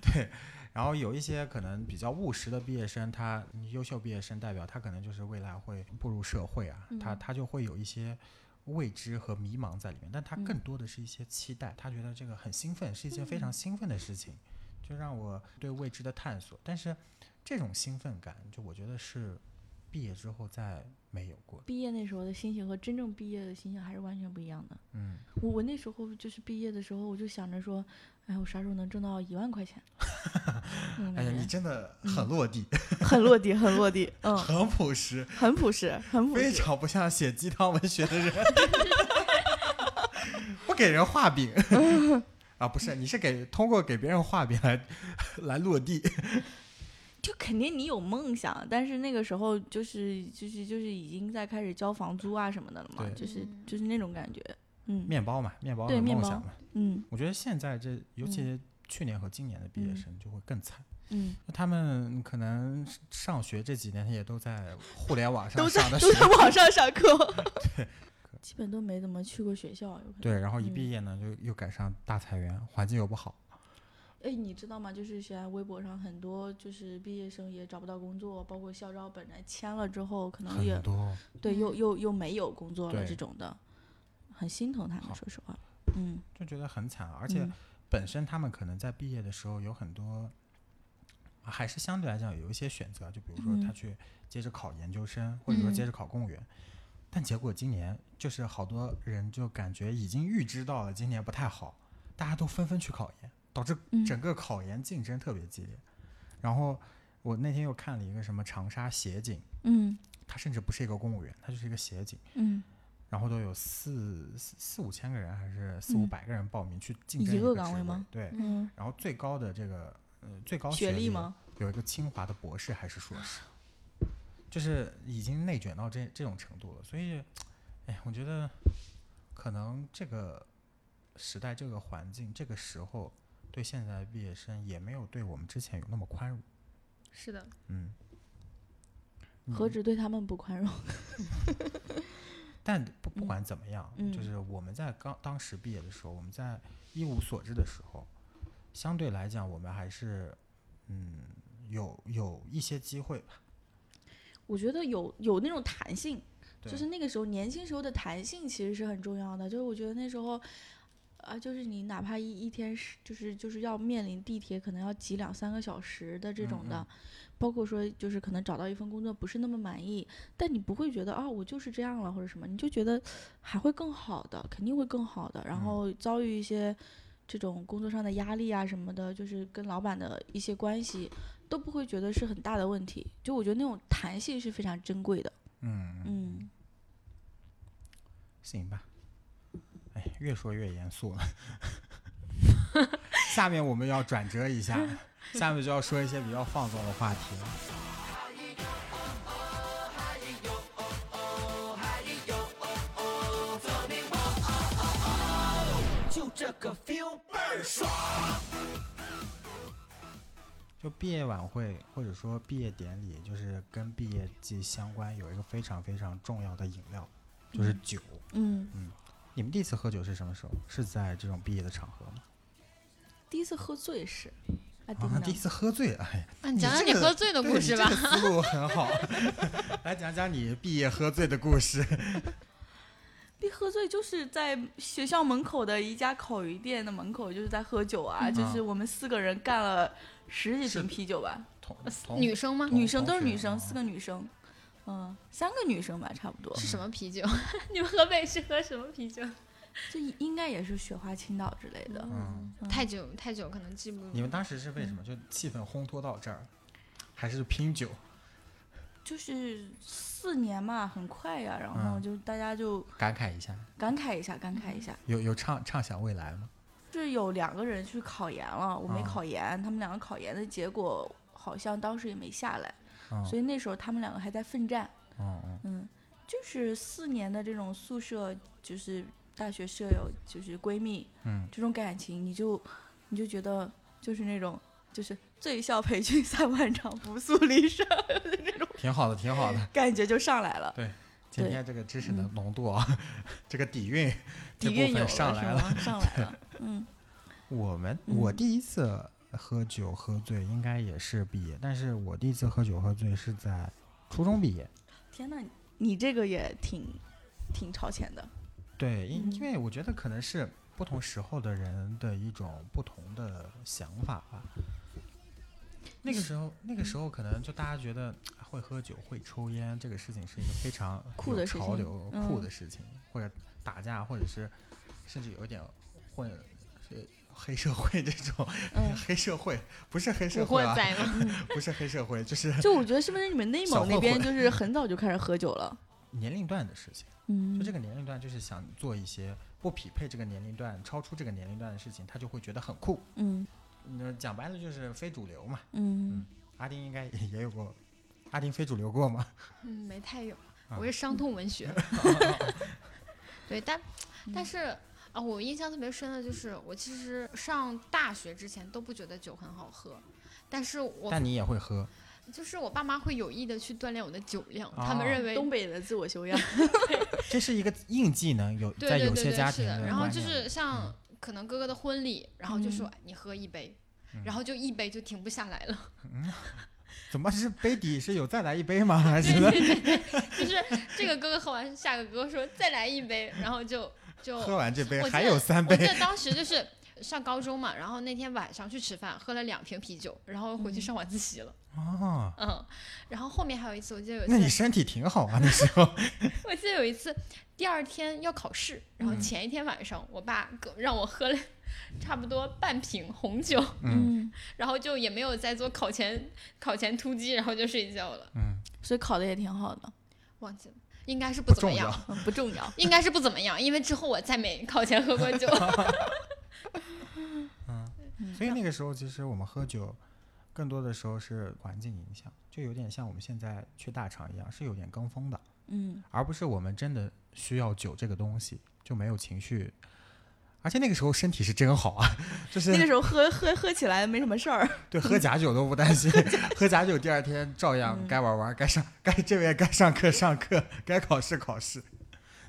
对，然后有一些可能比较务实的毕业生，他嗯优秀毕业生代表，他可能就是未来会步入社会啊，他
嗯
他就会有一些。未知和迷茫在里面，但他
嗯
更多的是一些期待，他觉得这个很兴奋，是一件非
嗯
常兴奋的事情，就让我对未知的探索。但是这种兴奋感，就我觉得是毕业之后再没有过的。
毕业那时候的心情和真正毕业的心情还是完全不一样的。
嗯，
我我那时候就是毕业的时候，我就想着说，哎，我啥时候能挣到一万块钱？那
(laughs)
种
哎
感
呀，你
觉
真的
嗯
很落地。
很落地，很落地，嗯，
(laughs) 很朴实，
很朴实，很朴
非
实。
常不像写鸡汤文学的人， (laughs) 不给人画饼啊！不是，你是给通过给别人画饼来来落地，
就肯定你有梦想，但是那个时候就是就是就是已经在开始交房租啊什么的了嘛，
对
就是
嗯
就是那种感觉。嗯
面包嘛，面包
对
和
面
梦
包
想嘛。
嗯
我觉得现在这，尤其去年和今年的毕业生就会更惨，
嗯，
他们可能上学这几年也都在互联网上
都在
上的学
都，在网上上
(laughs)
课， (laughs) 基本都没怎么去过学校。有可能
对，然后一
嗯
毕业呢，就又赶上大裁员，环境又不好，
哎，你知道吗？就是现在微博上很多就是毕业生也找不到工作，包括校招本来签了之后，可能也
很多。
对又
嗯
又又没有工作了
对
这种的，很心疼他们。
好
说实话，嗯，
就觉得很惨，而且
嗯
本身他们可能在毕业的时候有很多，还是相对来讲有一些选择，就比如说
嗯
他去接着考研究生，或者说接
嗯
着考公务员，但结果今年就是好多人就感觉已经预知到了今年不太好，大家都纷纷去考研，导致
嗯
整个考研竞争特别激烈。然后我那天又看了一个什么长沙协警，
嗯
他甚至不是一个公务员，他就是一个协警。
嗯，
然后都有四四四五千个人还是四五
嗯
百个人报名去竞争
一个
职
岗位吗
对，
嗯，
然后最高的这个呃最高
学
历嗯
历吗？
有一个清华的博士还是硕士，就是已经内卷到这这种程度了。所以，哎，我觉得可能这个时代、这个环境、这个时候，对现在的毕业生也没有对我们之前有那么宽容。
是的，
嗯，
何
嗯
止对他们不宽容？ (laughs)
但不不管怎么样，就
嗯
是我们在刚当时毕业的时候，我们在一无所知的时候，相对来讲，我们还是嗯有有一些机会吧。
我觉得有有那种弹性，就
对
是那个时候年轻时候的弹性其实是很重要的。就是我觉得那时候，啊，就是你哪怕一一天是就是就是要面临地铁可能要挤两三个小时的这
嗯
种的，
嗯
包括说就是可能找到一份工作不是那么满意，但你不会觉得啊我就是这样了或者什么，你就觉得还会更好的，肯定会更好的。然
嗯
后遭遇一些这种工作上的压力啊什么的，就是跟老板的一些关系。都不会觉得是很大的问题，就我觉得那种弹性是非常珍贵的。
嗯，
嗯，
行吧。哎，越说越严肃了。 (laughs) 下面我们要转折一下，下面就要说一些比较放纵的话题了。
就这个 feel 倍儿爽。
就毕业晚会或者说毕业典礼，就是跟毕业季相关有一个非常非常重要的饮料，就是酒。
嗯，
你们第一次喝酒是什么时候？是在这种毕业的场合吗？
第一次喝醉是，啊，
啊
叮，
第一
当，
次喝醉，哎呀，
啊，你讲讲
这
你
个
喝醉的
对
故事吧
你。这个思路很好。 (laughs) 来讲讲你毕业喝醉的故事。
别喝醉就是在学校门口的一家烤鱼店的门口，就是在喝酒
嗯
啊，就是我们四个人干了十几
是
瓶啤酒吧，
同同
女生吗？
同
女生都是
同学
女生，
啊
四个女生，嗯，三个女生吧，差不
哦
多，
是什么啤酒？ (laughs) 你们河北是喝什么啤酒？
这应该也是雪花青岛之类的。
嗯，
太久太久可能记
嗯
不
你
住。
们当时是为什么？就气氛烘托到这儿，还是拼酒？
就是四年嘛，很快呀、然后
嗯
就大家就
感慨一下，嗯
感慨一下，感慨一下。
有有畅畅想未来吗？
是有两个人去考研了，我没
啊
考研，他们两个考研的结果好像当时也没下来，
嗯
所以那时候他们两个还在奋战。
嗯嗯
嗯，就是四年的这种宿舍，就是大学舍友，就是闺蜜，
嗯，
这种感情，你就你就觉得就是那种就是醉笑陪君三万场，不诉离殇的那种
挺好的，挺好的。
感觉就上来了，
今
对嗯
天这个知识的浓度啊， (laughs) 这个底蕴这
底
部
蕴有
分
了
上来
是
了。
吗上来
(laughs)
了，嗯
我们我
嗯
第一次喝酒喝醉应该也是毕业，但是我第一次喝酒喝醉是在初中毕业。
天呐，你这个也挺挺超前
(laughs)
的，
对，因因
嗯
为我觉得可能是不同时候的人的一种不同的想法吧。那个时候，那个时候可能就大家觉得啊会喝酒、会抽烟这个事情是一个非常
酷
有
的事
潮
情
流、酷
嗯
的事情，或者打架，或者是甚至有一点混呃黑社会这种、
嗯
黑社会，不是黑社
古
会
惑
啊， (laughs)
仔吗？
不是黑社会，就是
就我觉得是不是你们内
小
蒙那
混
边
混
就是很早就开始喝酒了？
年龄段的事情。
嗯
就这个年龄段，就是想做一些不匹配这个年龄段、超出这个年龄段的事情，他就会觉得很酷。
嗯
嗯，讲白了就是非主流嘛。
嗯，
阿丁应该也也有过，阿丁非主流过吗？
嗯，没太有，
啊
我是伤痛
(laughs)
文学。 (laughs) 对，但但是啊、我印象特别深的就是，我其实上大学之前都不觉得酒很好喝，但是我
但你也会喝，
就是我爸妈会有意的去锻炼我的酒量，他们
哦
认为
东北人的自我修养，
这是一个硬技能，有
对
在
对
有
对
些
对，
家
是
庭
的。然后
观
就
念嗯
是
里
像可能哥哥的婚礼，然后就说
嗯
哎你喝一杯，
嗯
然后就一杯就停不下来了。 (laughs)
怎么是杯底是有再来一杯吗？还是
就是这个哥哥喝完，下个哥哥说再来一杯，然后就就
喝完这杯
我记
还
得
有三
我记
杯？
得当时就是上高中嘛，然后那天晚上去吃饭，喝了两瓶啤酒，然后回去上晚自习了。
哦，
嗯，然后后面还有一次，我记得有
那你
一次，
身体挺好啊，那时
(laughs)
候
我记得有一次第二天要考试，然后
嗯
前一天晚上，我爸给让我喝了差不多半瓶红酒，
嗯
嗯，
然后就也没有再做考前考前突击，然后就睡觉了，
嗯，
所以考的也挺好的，
忘记了，应该是不
不
怎么
重
样
要。。
嗯，不重要。
应该是不怎么样，因为之后我再没考前喝过
(laughs)
酒。
所以那个时候，其实我们喝酒，更多的时候是环境影响，就有点像我们现在去大厂一样，是有点跟风的，
嗯
而不是我们真的需要酒这个东西，就没有情绪。而且那个时候身体是真好啊，就，
那个
是
时候嗯喝喝喝起来没什么事儿，
对喝假酒都不担心，喝假酒第二天照样
嗯
该玩玩，该上该这位该上课上课，该考试考试。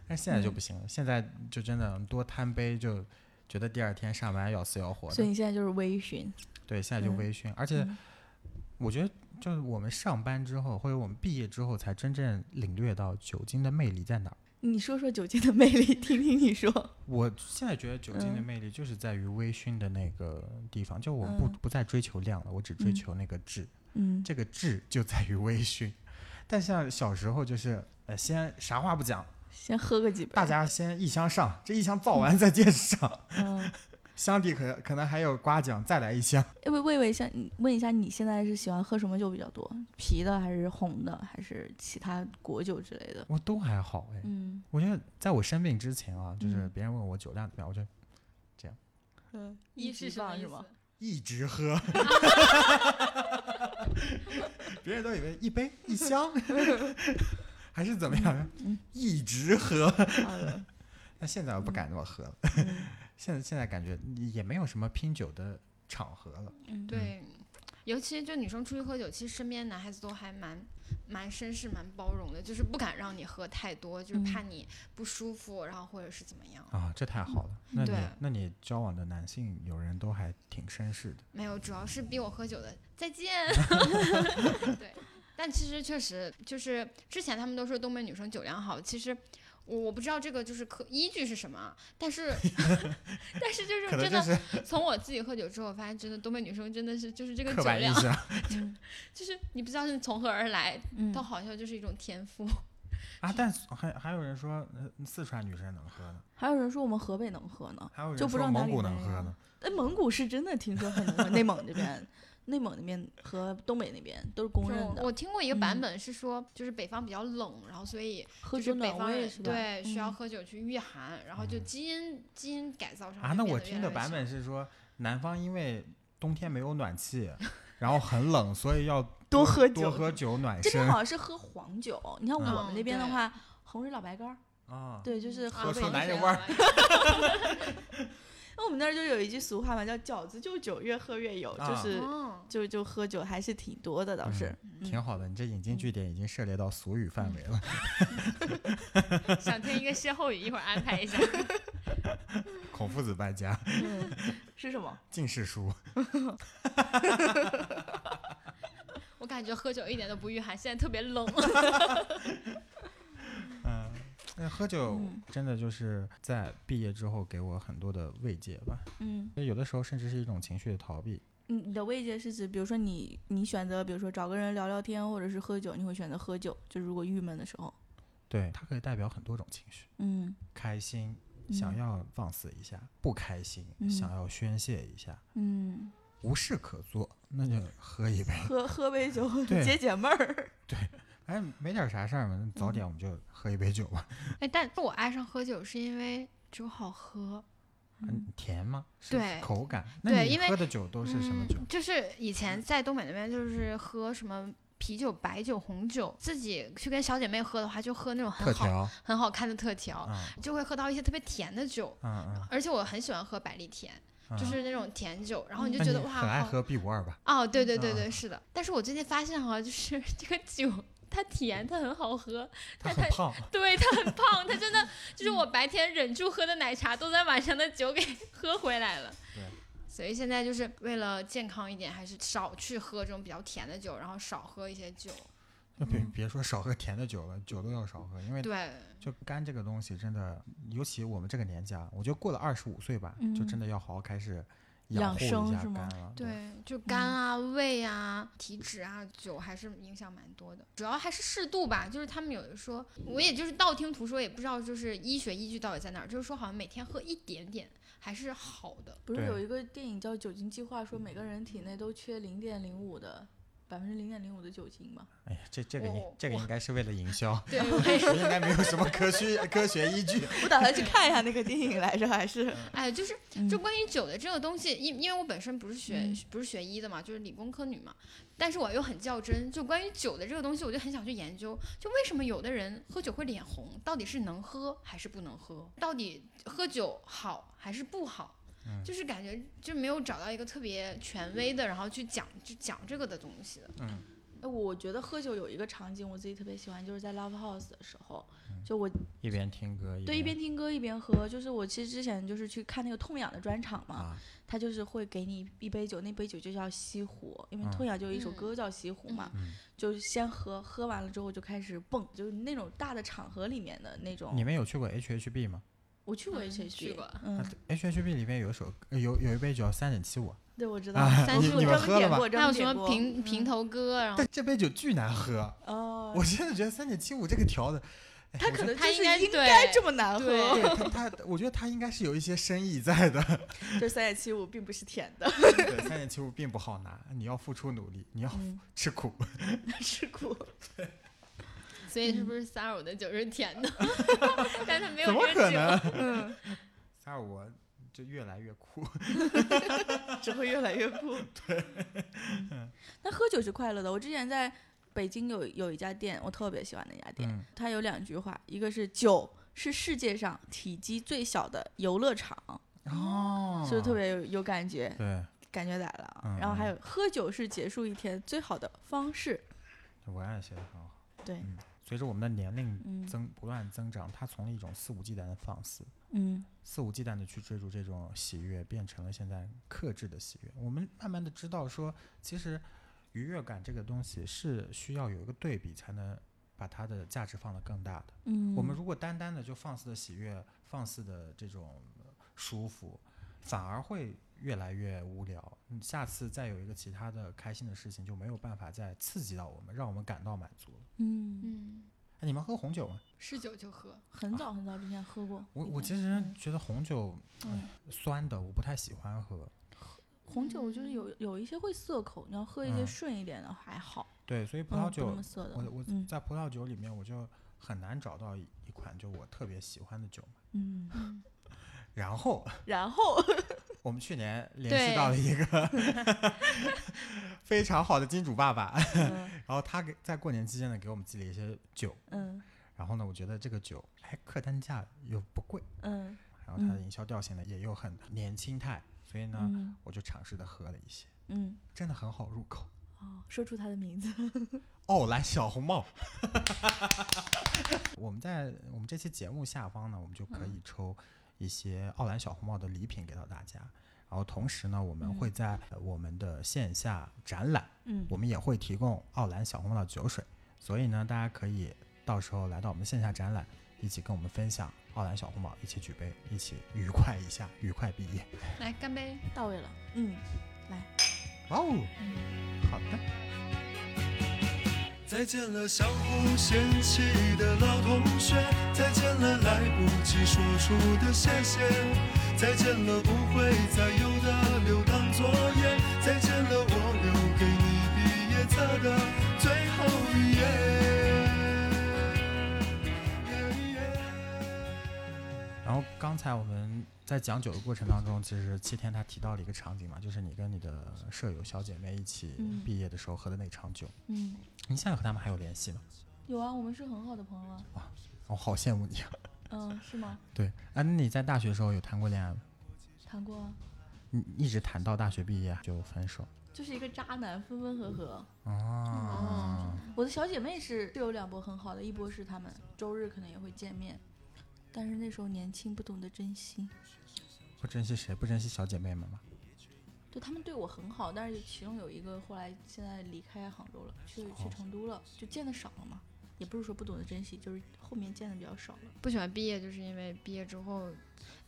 但现在
嗯
就不行了，现在就真的多贪杯就觉得第二天上班要死要活的。
所以你现在就是微醺。
对，现在就
嗯
微醺，而且
嗯
我觉得就是我们上班之后，或者我们毕业之后，才真正领略到酒精的魅力在哪儿。
你说说酒精的魅力，听听你说。
我现在觉得酒精的
嗯
魅力就是在于微醺的那个地方，就我不
嗯
不再追求量了，我只追
嗯
求那个质，
嗯，
这个质就在于微醺。但像小时候就是，呃，先啥话不讲，
(laughs) 先喝个几杯。
大家先一箱上，这一箱造完再接着上，
嗯，
箱底可可能还有瓜酱，再来一箱。
哎，魏魏魏，像你问一下，你现在是喜欢喝什么酒比较多？啤的还是红的，还是其他果酒之类的？
我都还好哎，
嗯
我觉得在我生病之前啊，就是
嗯
别人问我酒量怎么样，我就
嗯，
一是什么意
是
思
吗？？
一直喝。 (laughs) 别人都以为一杯一 (laughs) 箱，还是怎么样，一直喝。
好的，
那现在我不敢那么喝了，
(laughs) 嗯
现在现在感觉也没有什么拼酒的场合了。
嗯，
对，尤其就女生出去喝酒，其实身边男孩子都还蛮蛮绅士、蛮包容的，就是不敢让你喝太多，
嗯
就是怕你不舒服，然后或者是怎么样。
啊，这太好了！那你
对
那你交往的男性友人都还挺绅士的，
没有，主要是逼我喝酒的。
(laughs)
再见。对，但其实确实就是之前他们都说东北女生酒量好，其实。我我不知道这个就是可依据是什么啊，
(laughs)
但是但是就是
可能就
真的
是
从我自己喝酒之后，我发现真的东北女生真的是就是这个
刻
酒
板印
量，
象
就是你不知道是从何而来，
嗯
倒好像就是一种天赋。
啊。但是还还有人说，呃四川女生能喝呢，
还有人说我们河北能喝呢，
还有人
就不知
说
道哪
蒙
里
古
来
能喝
呀
呢。
哎，蒙古是真的听说很能喝，内蒙这边内蒙那边和东北那边都是 (laughs) 公认
我
的
我听过一个版
嗯
本是说，就是北方比较冷，然后所以
喝
就是
酒
北
暖
方
胃
人
是吧？
对需要
嗯
喝酒去御寒，然后就基因基因改造上
嗯啊，
就
那
变
我
得越
听
来
的
越
版
少
本是说，南方因为冬天没有暖气，然后很冷，所以要
(laughs) 多喝
嗯多
酒
喝酒暖
这边
身
好像是喝黄酒，你看我
嗯
们那边的
对
话，红水老白干儿，
啊。
对，就是
啊
河
出
北
来
北
的
方
味儿
人
那我们那儿就有一句俗话嘛，叫饺子就酒，越喝越有，就
啊嗯
是
哦
就就喝酒还是挺多的，倒是。
挺好的，你这引经据典已经涉猎到俗语范围了。
嗯
想听一个歇后语，一会儿安排一下。
(laughs)
(laughs)
孔夫子搬家，
是什么？
近世书，
我感觉喝酒一点都不御寒，现在特别冷。
嗯，那喝酒
嗯
真的就是在毕业之后给我很多的慰藉吧，
嗯，
有的时候甚至是一种情绪的逃避。
你你的慰藉是指，比如说你你选择，比如说找个人聊聊天，或者是喝酒，你会选择喝酒，就如果郁闷的时候，
对，它可以代表很多种情绪，
嗯，
开心，想
嗯
要放肆一下；不开心，
嗯
想要宣泄一下。
嗯，
无事可做，那就喝一杯。
喝喝杯酒
对
解解
(laughs)
闷儿。
哎，没点啥事儿嘛，那早
嗯
点我们就喝一杯酒吧。
(laughs) 哎，但我爱上喝酒是因为酒好喝。
嗯，甜吗？是
对
口感。那
对
你
因为
喝的酒都是什么酒？
嗯？就是以前在东北那边，就是喝什么啤酒、白酒、红酒，自己去跟小姐妹喝的话，就喝那种
特
很好、
调。
很好看的特调，
嗯
就会喝到一些特别甜的酒。
嗯嗯
而且我很喜欢喝百利甜，
嗯。
就是那种甜酒，然后你就
那
觉
你
得哇，
很爱
好
喝 B 五二吧？
哦，对对对
嗯
对，是的。但是我最近发现哈，就是 (laughs) 这个酒它甜，它很好喝，
它
但
很
它 (laughs)
胖。
对，它很胖，它真的就是我白天忍住喝的奶茶，都在晚上的酒给 (laughs) 喝回来了。
对。
所以现在就是为了健康一点，还是少去喝这种比较甜的酒，然后少喝一些酒。
就别别说少喝甜的酒了，酒都要少喝，因为
嗯对，
就肝这个东西真的，尤其我们这个年纪啊，我觉得过了二十五岁吧，就
嗯
真的要好好开始
养
护一
生
下
是吗
肝了。
对，就肝啊、胃啊、体脂啊，酒还是影响蛮多的。主要还是适度吧，就是他们有的说，我也就是道听途说，也不知道就是医学依据到底在哪儿。就是说，好像每天喝一点点还是好的。
不是
对
有一个电影叫《酒精计划》，说每个人体内都缺零点零五的百分之零点零五的酒精嘛？
哎呀，这这个
我
应
我
这个
我
应该是为了营
(laughs)
销，
对，我也
应该没有什么科学科学依据。 (laughs)
我打算去看一下那个电影来着，还是
哎，就是
嗯
就关于酒的这个东西，因因为我本身不是学、
嗯
不是学医的嘛，就是理工科女嘛，但是我又很较真，就关于酒的这个东西，我就很想去研究，就为什么有的人喝酒会脸红，到底是能喝还是不能喝，到底喝酒好还是不好，
嗯
就是感觉就没有找到一个特别权威的，然后去讲就讲这个的东西的。
嗯，
哎，我觉得喝酒有一个场景我自己特别喜欢，就是在 Love House 的时候，
嗯
就我
一边听歌一
对一边听歌一边喝，就是我其实之前就是去看那个痛痒的专场嘛，
啊，
他就是会给你一杯酒，那杯酒就叫西湖，因为
嗯
痛痒就有一首
嗯
歌叫西湖嘛，
嗯
就先喝，喝完了之后就开始蹦，就是那种大的场合里面的那
你
种。
们有去过 HHB 吗？
我去过
嗯
H H
去过
啊
嗯，
H H B 里面有一首呃有有一杯酒三点七五，
对，我知道，
啊
三
我
十五
我
你
们
专
喝
门
了
点
吗
过，专
还
门
有什
点
么
过。
平平头哥，然后
但这杯酒巨难喝，
哦，
我真的觉得三点七五这个调的，哎
他
我
可
觉
能
得
他
就是
应该
应
对
该这么难
对
喝，
对他他，我觉得他应该是有一些深意在的。
(laughs) 就三点七五并不是甜的，
对，三点七五并不好拿，你要付出努力，你要
嗯
吃苦。
吃苦。
所以是不是三十五的酒是甜的？但他没有
怎么
这
可
个
能
酒。？
(laughs) 嗯，
三二五就越来越酷。
只会越来越酷。对， (laughs) 那喝酒是快乐的。我之前在北京有有一家店，我特别喜欢那家店，
嗯
它有两句话，一个是酒是世界上体积最小的游乐场，
(laughs) 哦
是不是特别有有感觉？
对。
感觉来了啊。
嗯
然后还
嗯
有喝酒是结束一天最好的方式。
文案写的很好。
对
嗯，随着我们的年龄
嗯
增不断增长，他从一种肆无忌惮的放肆，
嗯
肆无忌惮的去追逐这种喜悦，变成了现在克制的喜悦。我们慢慢的知道说，其实愉悦感这个东西是需要有一个对比，才能把它的价值放得更大的。
嗯
我们如果单单的就放肆的喜悦、放肆的这种舒服，反而会越来越无聊。你下次再有一个其他的开心的事情，就没有办法再刺激到我们，让我们感到满足了。
嗯，
(laughs) 嗯，
哎，你们喝红酒吗？
是酒就喝。
很早很早之前喝过。
我
应
我
该
其实觉得红酒哎
嗯
酸的我不太喜欢喝，
红酒就是有有一些会涩口，你要喝一些
嗯
顺一点的还好，
对，所以葡
嗯
萄
不那
酒
么，涩的
我。我
嗯
在葡萄酒里面我就很难找到一一款就我特别喜欢的酒嘛。
嗯，
然后
然
(laughs)
后
我们去
(laughs)
年联系到了一个非常好的金主爸爸， (laughs)
嗯
然后他给在过年期间呢给我们寄了一些酒，
嗯
然后呢，我觉得这个酒哎客单价又不贵， (laughs)
嗯
然后它的
嗯
营销调性呢也又很年轻态，所以呢、
嗯
我就尝试的喝了一些，
嗯，
真的很好入口。
哦，说出他的名字，
奥兰哦小红帽。 (laughs) 我们在我们这期节目下方呢，我们就可以抽一些奥兰小红帽的礼品给到大家。然后同时呢，我们会在呃我们的线下展览，
嗯
我们也会提供奥兰小红帽的酒水，所以呢，大家可以到时候来到我们的线下展览，一起跟我们分享奥兰小红帽，一起举杯，一起愉快一下，愉快毕业。
来干杯！
到位了，嗯，
哇哦，好的。
再见了，相互嫌弃的老同学；再见了，来不及说出的谢谢；再见了，不会再有的留堂作业；再见了，我留给你毕业册的最后一页。
然后刚才我们在讲酒的过程当中，其实七天他提到了一个场景嘛，就是你跟你的舍友小姐妹一起
嗯
毕业的时候喝的那场酒。
嗯，
你现在和他们还有联系吗？
有啊，我们是很好的朋友啊，
我好羡慕你啊！
嗯，是吗？
对，啊，那你在大学时候有谈过恋爱吗？
谈过啊，
你一直谈到大学毕业啊就分手哦
就是一个渣男，分分合合。
啊？
我的小姐妹是是有两波很好的，一波是她们周日可能也会见面，但是那时候年轻不懂得珍惜，
不珍惜谁？不珍惜小姐妹们吗？
对她们对我很好，但是其中有一个后来现在离开杭州了，去去
哦
成都了，就见的少了嘛，也不是说不懂得珍惜，就是后面见的比较少了。
不喜欢毕业，就是因为毕业之后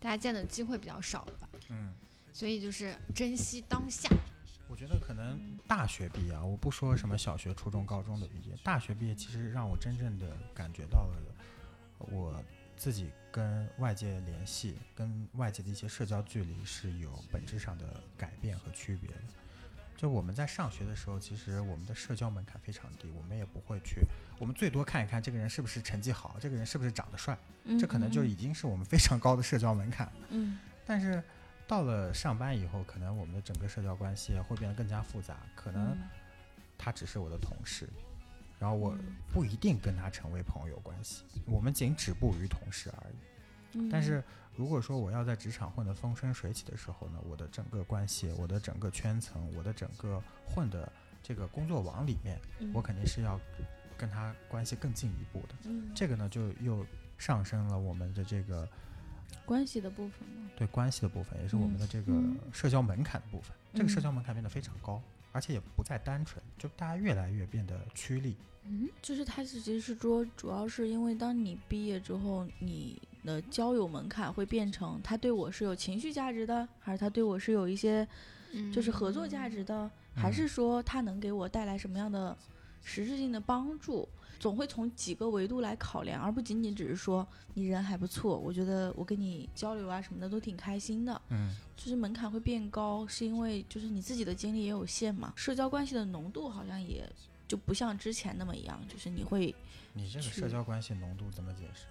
大家见的机会比较少了吧，
嗯，
所以就是珍惜当下。
我觉得可能大学毕业啊，我不说什么小学、初中、高中的毕业，大学毕业其实让我真正的感觉到了我自己跟外界联系、跟外界的一些社交距离是有本质上的改变和区别的。就我们在上学的时候，其实我们的社交门槛非常低，我们也不会去，我们最多看一看这个人是不是成绩好，这个人是不是长得帅，
嗯
这可能就已经是我们非常高的社交门槛了。
嗯
但是到了上班以后，可能我们的整个社交关系会变得更加复杂，可能
嗯
他只是我的同事，然后我不一定跟他成为朋友关系，我们仅止步于同事而已。
嗯，
但是如果说我要在职场混得风生水起的时候呢，我的整个关系、我的整个圈层、我的整个混的这个工作网里面，
嗯
我肯定是要跟他关系更进一步的。
嗯
这个呢，就又上升了我们的这个
关系的部分嘛，
对关系的部分，也是我们的这个
嗯
社交门槛的部分。这个社
嗯
交门槛变得非常高，而且也不再单纯，就大家越来越变得趋利。
就是他是其实是说，主要是因为当你毕业之后，你的交友门槛会变成他对我是有情绪价值的，还是他对我是有一些
嗯
就是合作价值的，还
嗯
是说他能给我带来什么样的实质性的帮助？总会从几个维度来考量，而不仅仅只是说你人还不错，我觉得我跟你交流啊什么的都挺开心的。
嗯，
就是门槛会变高，是因为就是你自己的精力也有限嘛，社交关系的浓度好像也就不像之前那么一样，就是你会
你这个
是
社交关系浓度怎么解释？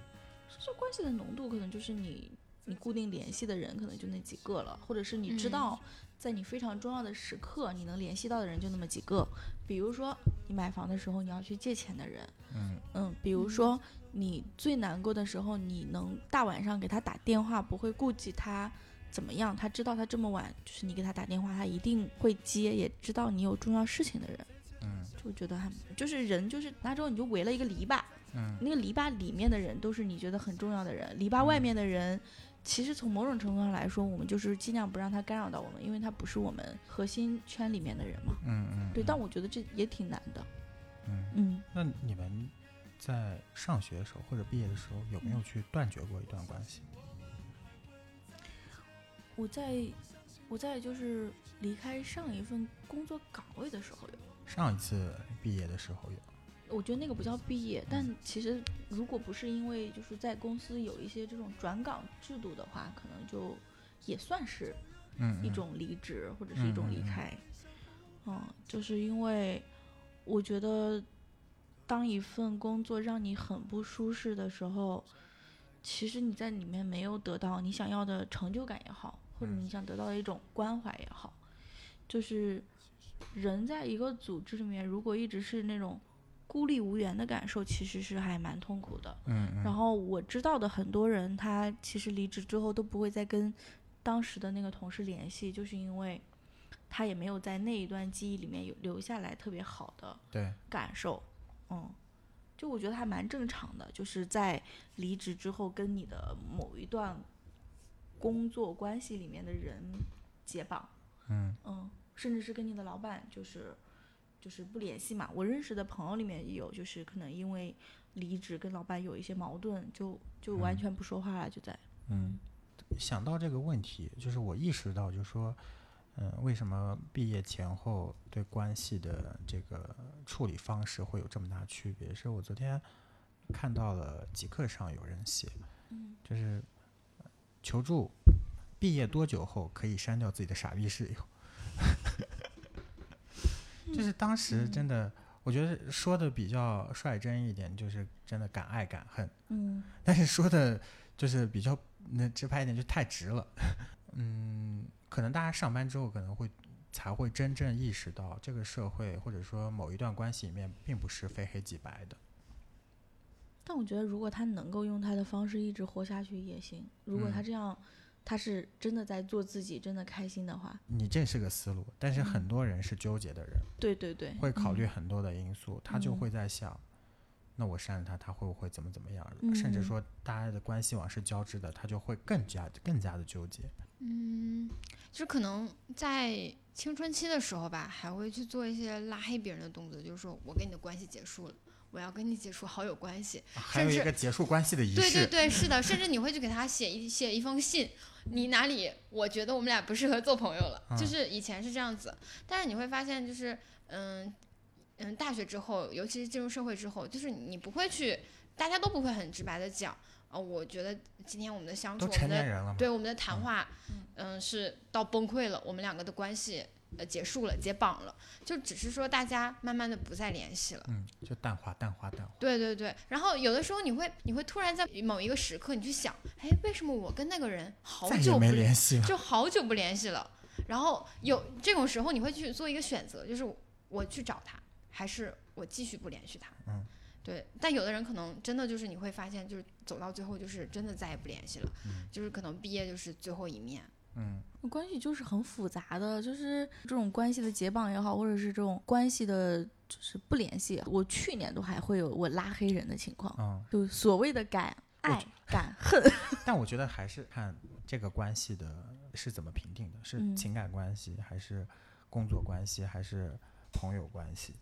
社交关系的浓度可能就是你你固定联系的人可能就那几个了，或者是你知
嗯
道在你非常重要的时刻你能联系到的人就那么几个，比如说你买房的时候你要去借钱的人，
嗯
嗯，比如
嗯
说你最难过的时候，你能大晚上给他打电话，不会顾及他怎么样，他知道他这么晚，就是你给他打电话，他一定会接，也知道你有重要事情的人，
嗯
就觉得很，就是人就是拿之后你就围了一个篱笆，
嗯
那个篱笆里面的人都是你觉得很重要的人，篱笆外面的人。其实从某种程度上来说，我们就是尽量不让他干扰到我们，因为他不是我们核心圈里面的人嘛。
嗯嗯，
对，
嗯
但我觉得这也挺难的。
嗯，
嗯，
那你们在上学的时候或者毕业的时候，有
嗯
没有去断绝过一段关系？
我在我在就是离开上一份工作岗位的时候有，
上一次毕业的时候有。
我觉得那个不叫毕业，但其实如果不是因为就是在公司有一些这种转岗制度的话，可能就也算是
嗯
一
嗯
种离职或者是一种离
嗯嗯嗯
开。嗯，就是因为我觉得，当一份工作让你很不舒适的时候，其实你在里面没有得到你想要的成就感也好，或者
嗯
你想得到的一种关怀也好，就是人在一个组织里面，如果一直是那种孤立无援的感受，其实是还蛮痛苦的。
嗯嗯，
然后我知道的很多人，他其实离职之后都不会再跟当时的那个同事联系，就是因为他也没有在那一段记忆里面有留下来特别好的
对，
感受。嗯，就我觉得还蛮正常的，就是在离职之后跟你的某一段工作关系里面的人解绑，
嗯
嗯，甚至是跟你的老板就是就是不联系嘛。我认识的朋友里面也有，就是可能因为离职跟老板有一些矛盾，就就完全不说话了，就在
嗯，想到这个问题，就是我意识到，就是说，嗯、为什么毕业前后对关系的这个处理方式会有这么大区别？是我昨天看到了极客上有人写，就是求助，毕业多久后可以删掉自己的傻逼室友？ (laughs) 就是当时真的，我觉得说的比较率真一点，就是真的敢爱敢恨。
嗯
但是说的就是比较那直白一点，就太直了。 (laughs) 嗯，可能大家上班之后可能会才会真正意识到，这个社会或者说某一段关系里面并不是非黑即白的。
但我觉得，如果他能够用他的方式一直活下去也行。如果他
嗯
这样，他是真的在做自己，真的开心的话，
你这是个思路，但是很多人是纠结的人，
对对对，
会考
嗯
虑很多的因素，他就
嗯
会在想，那我删了他，他会不会怎么怎么样？甚至
嗯
说大家的关系网是交织的，他就会更加更加的纠结。
嗯，就是可能在青春期的时候吧，还会去做一些拉黑别人的动作，就是说我跟你的关系结束了，我要跟你解除好友关系。
啊还有
甚
一
至
个结束关系的仪式，
对对对，是的，甚至你会去给他写一写一封信，你哪里我觉得我们俩不适合做朋友了，
嗯
就是以前是这样子，但是你会发现就是嗯嗯，大学之后，尤其是进入社会之后，就是你不会去，大家都不会很直白的讲，呃，我觉得今天我们的相
都
处，我们
成
的
年人了嘛，
对我们的谈
嗯
话，嗯、是到崩溃了，我们两个的关系呃结束了，解绑了，就只是说大家慢慢的不再联系了。
嗯，就淡化淡化淡化。
对对对，然后有的时候你会你会突然在某一个时刻，你去想，哎，为什么我跟那个人好
再也
久不
没
联
联系了。
就好久不联系了，然后有这种时候你会去做一个选择，就是我去找他，还是我继续不联系他？
嗯，
对。但有的人可能真的就是你会发现，就是走到最后就是真的再也不联系了，就是可能毕业就是最后一面。
嗯
关系就是很复杂的，就是这种关系的解绑也好，或者是这种关系的，就是不联系。我去年都还会有我拉黑人的情况，
嗯，
就所谓的敢
我
爱
觉
敢恨，
但我觉得还是看这个关系的是怎么评定的，是
嗯
情感关系，还是工作关系，还是朋友关系？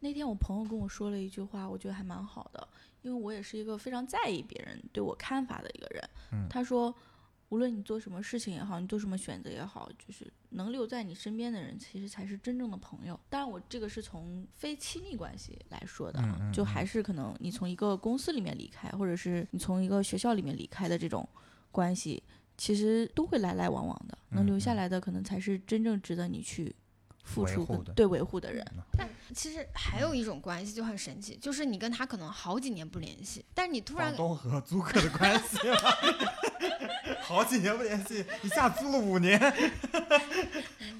那天我朋友跟我说了一句话，我觉得还蛮好的，因为我也是一个非常在意别人对我看法的一个人。
嗯
他说，无论你做什么事情也好，你做什么选择也好，就是能留在你身边的人，其实才是真正的朋友。当然，我这个是从非亲密关系来说的啊，
嗯嗯
就
嗯
还是可能你从一个公司里面离开，或者是你从一个学校里面离开的这种关系，其实都会来来往往的。能
嗯
留下
嗯
来的，可能才是真正值得你去付
维
出
护
跟
的嗯
对维护的人。
但其实还有一种关系就很神奇，就是你跟他可能好几年不联系，但是你突然
房东和租客的关系 (laughs) 了好几年不联系，一下租了五年。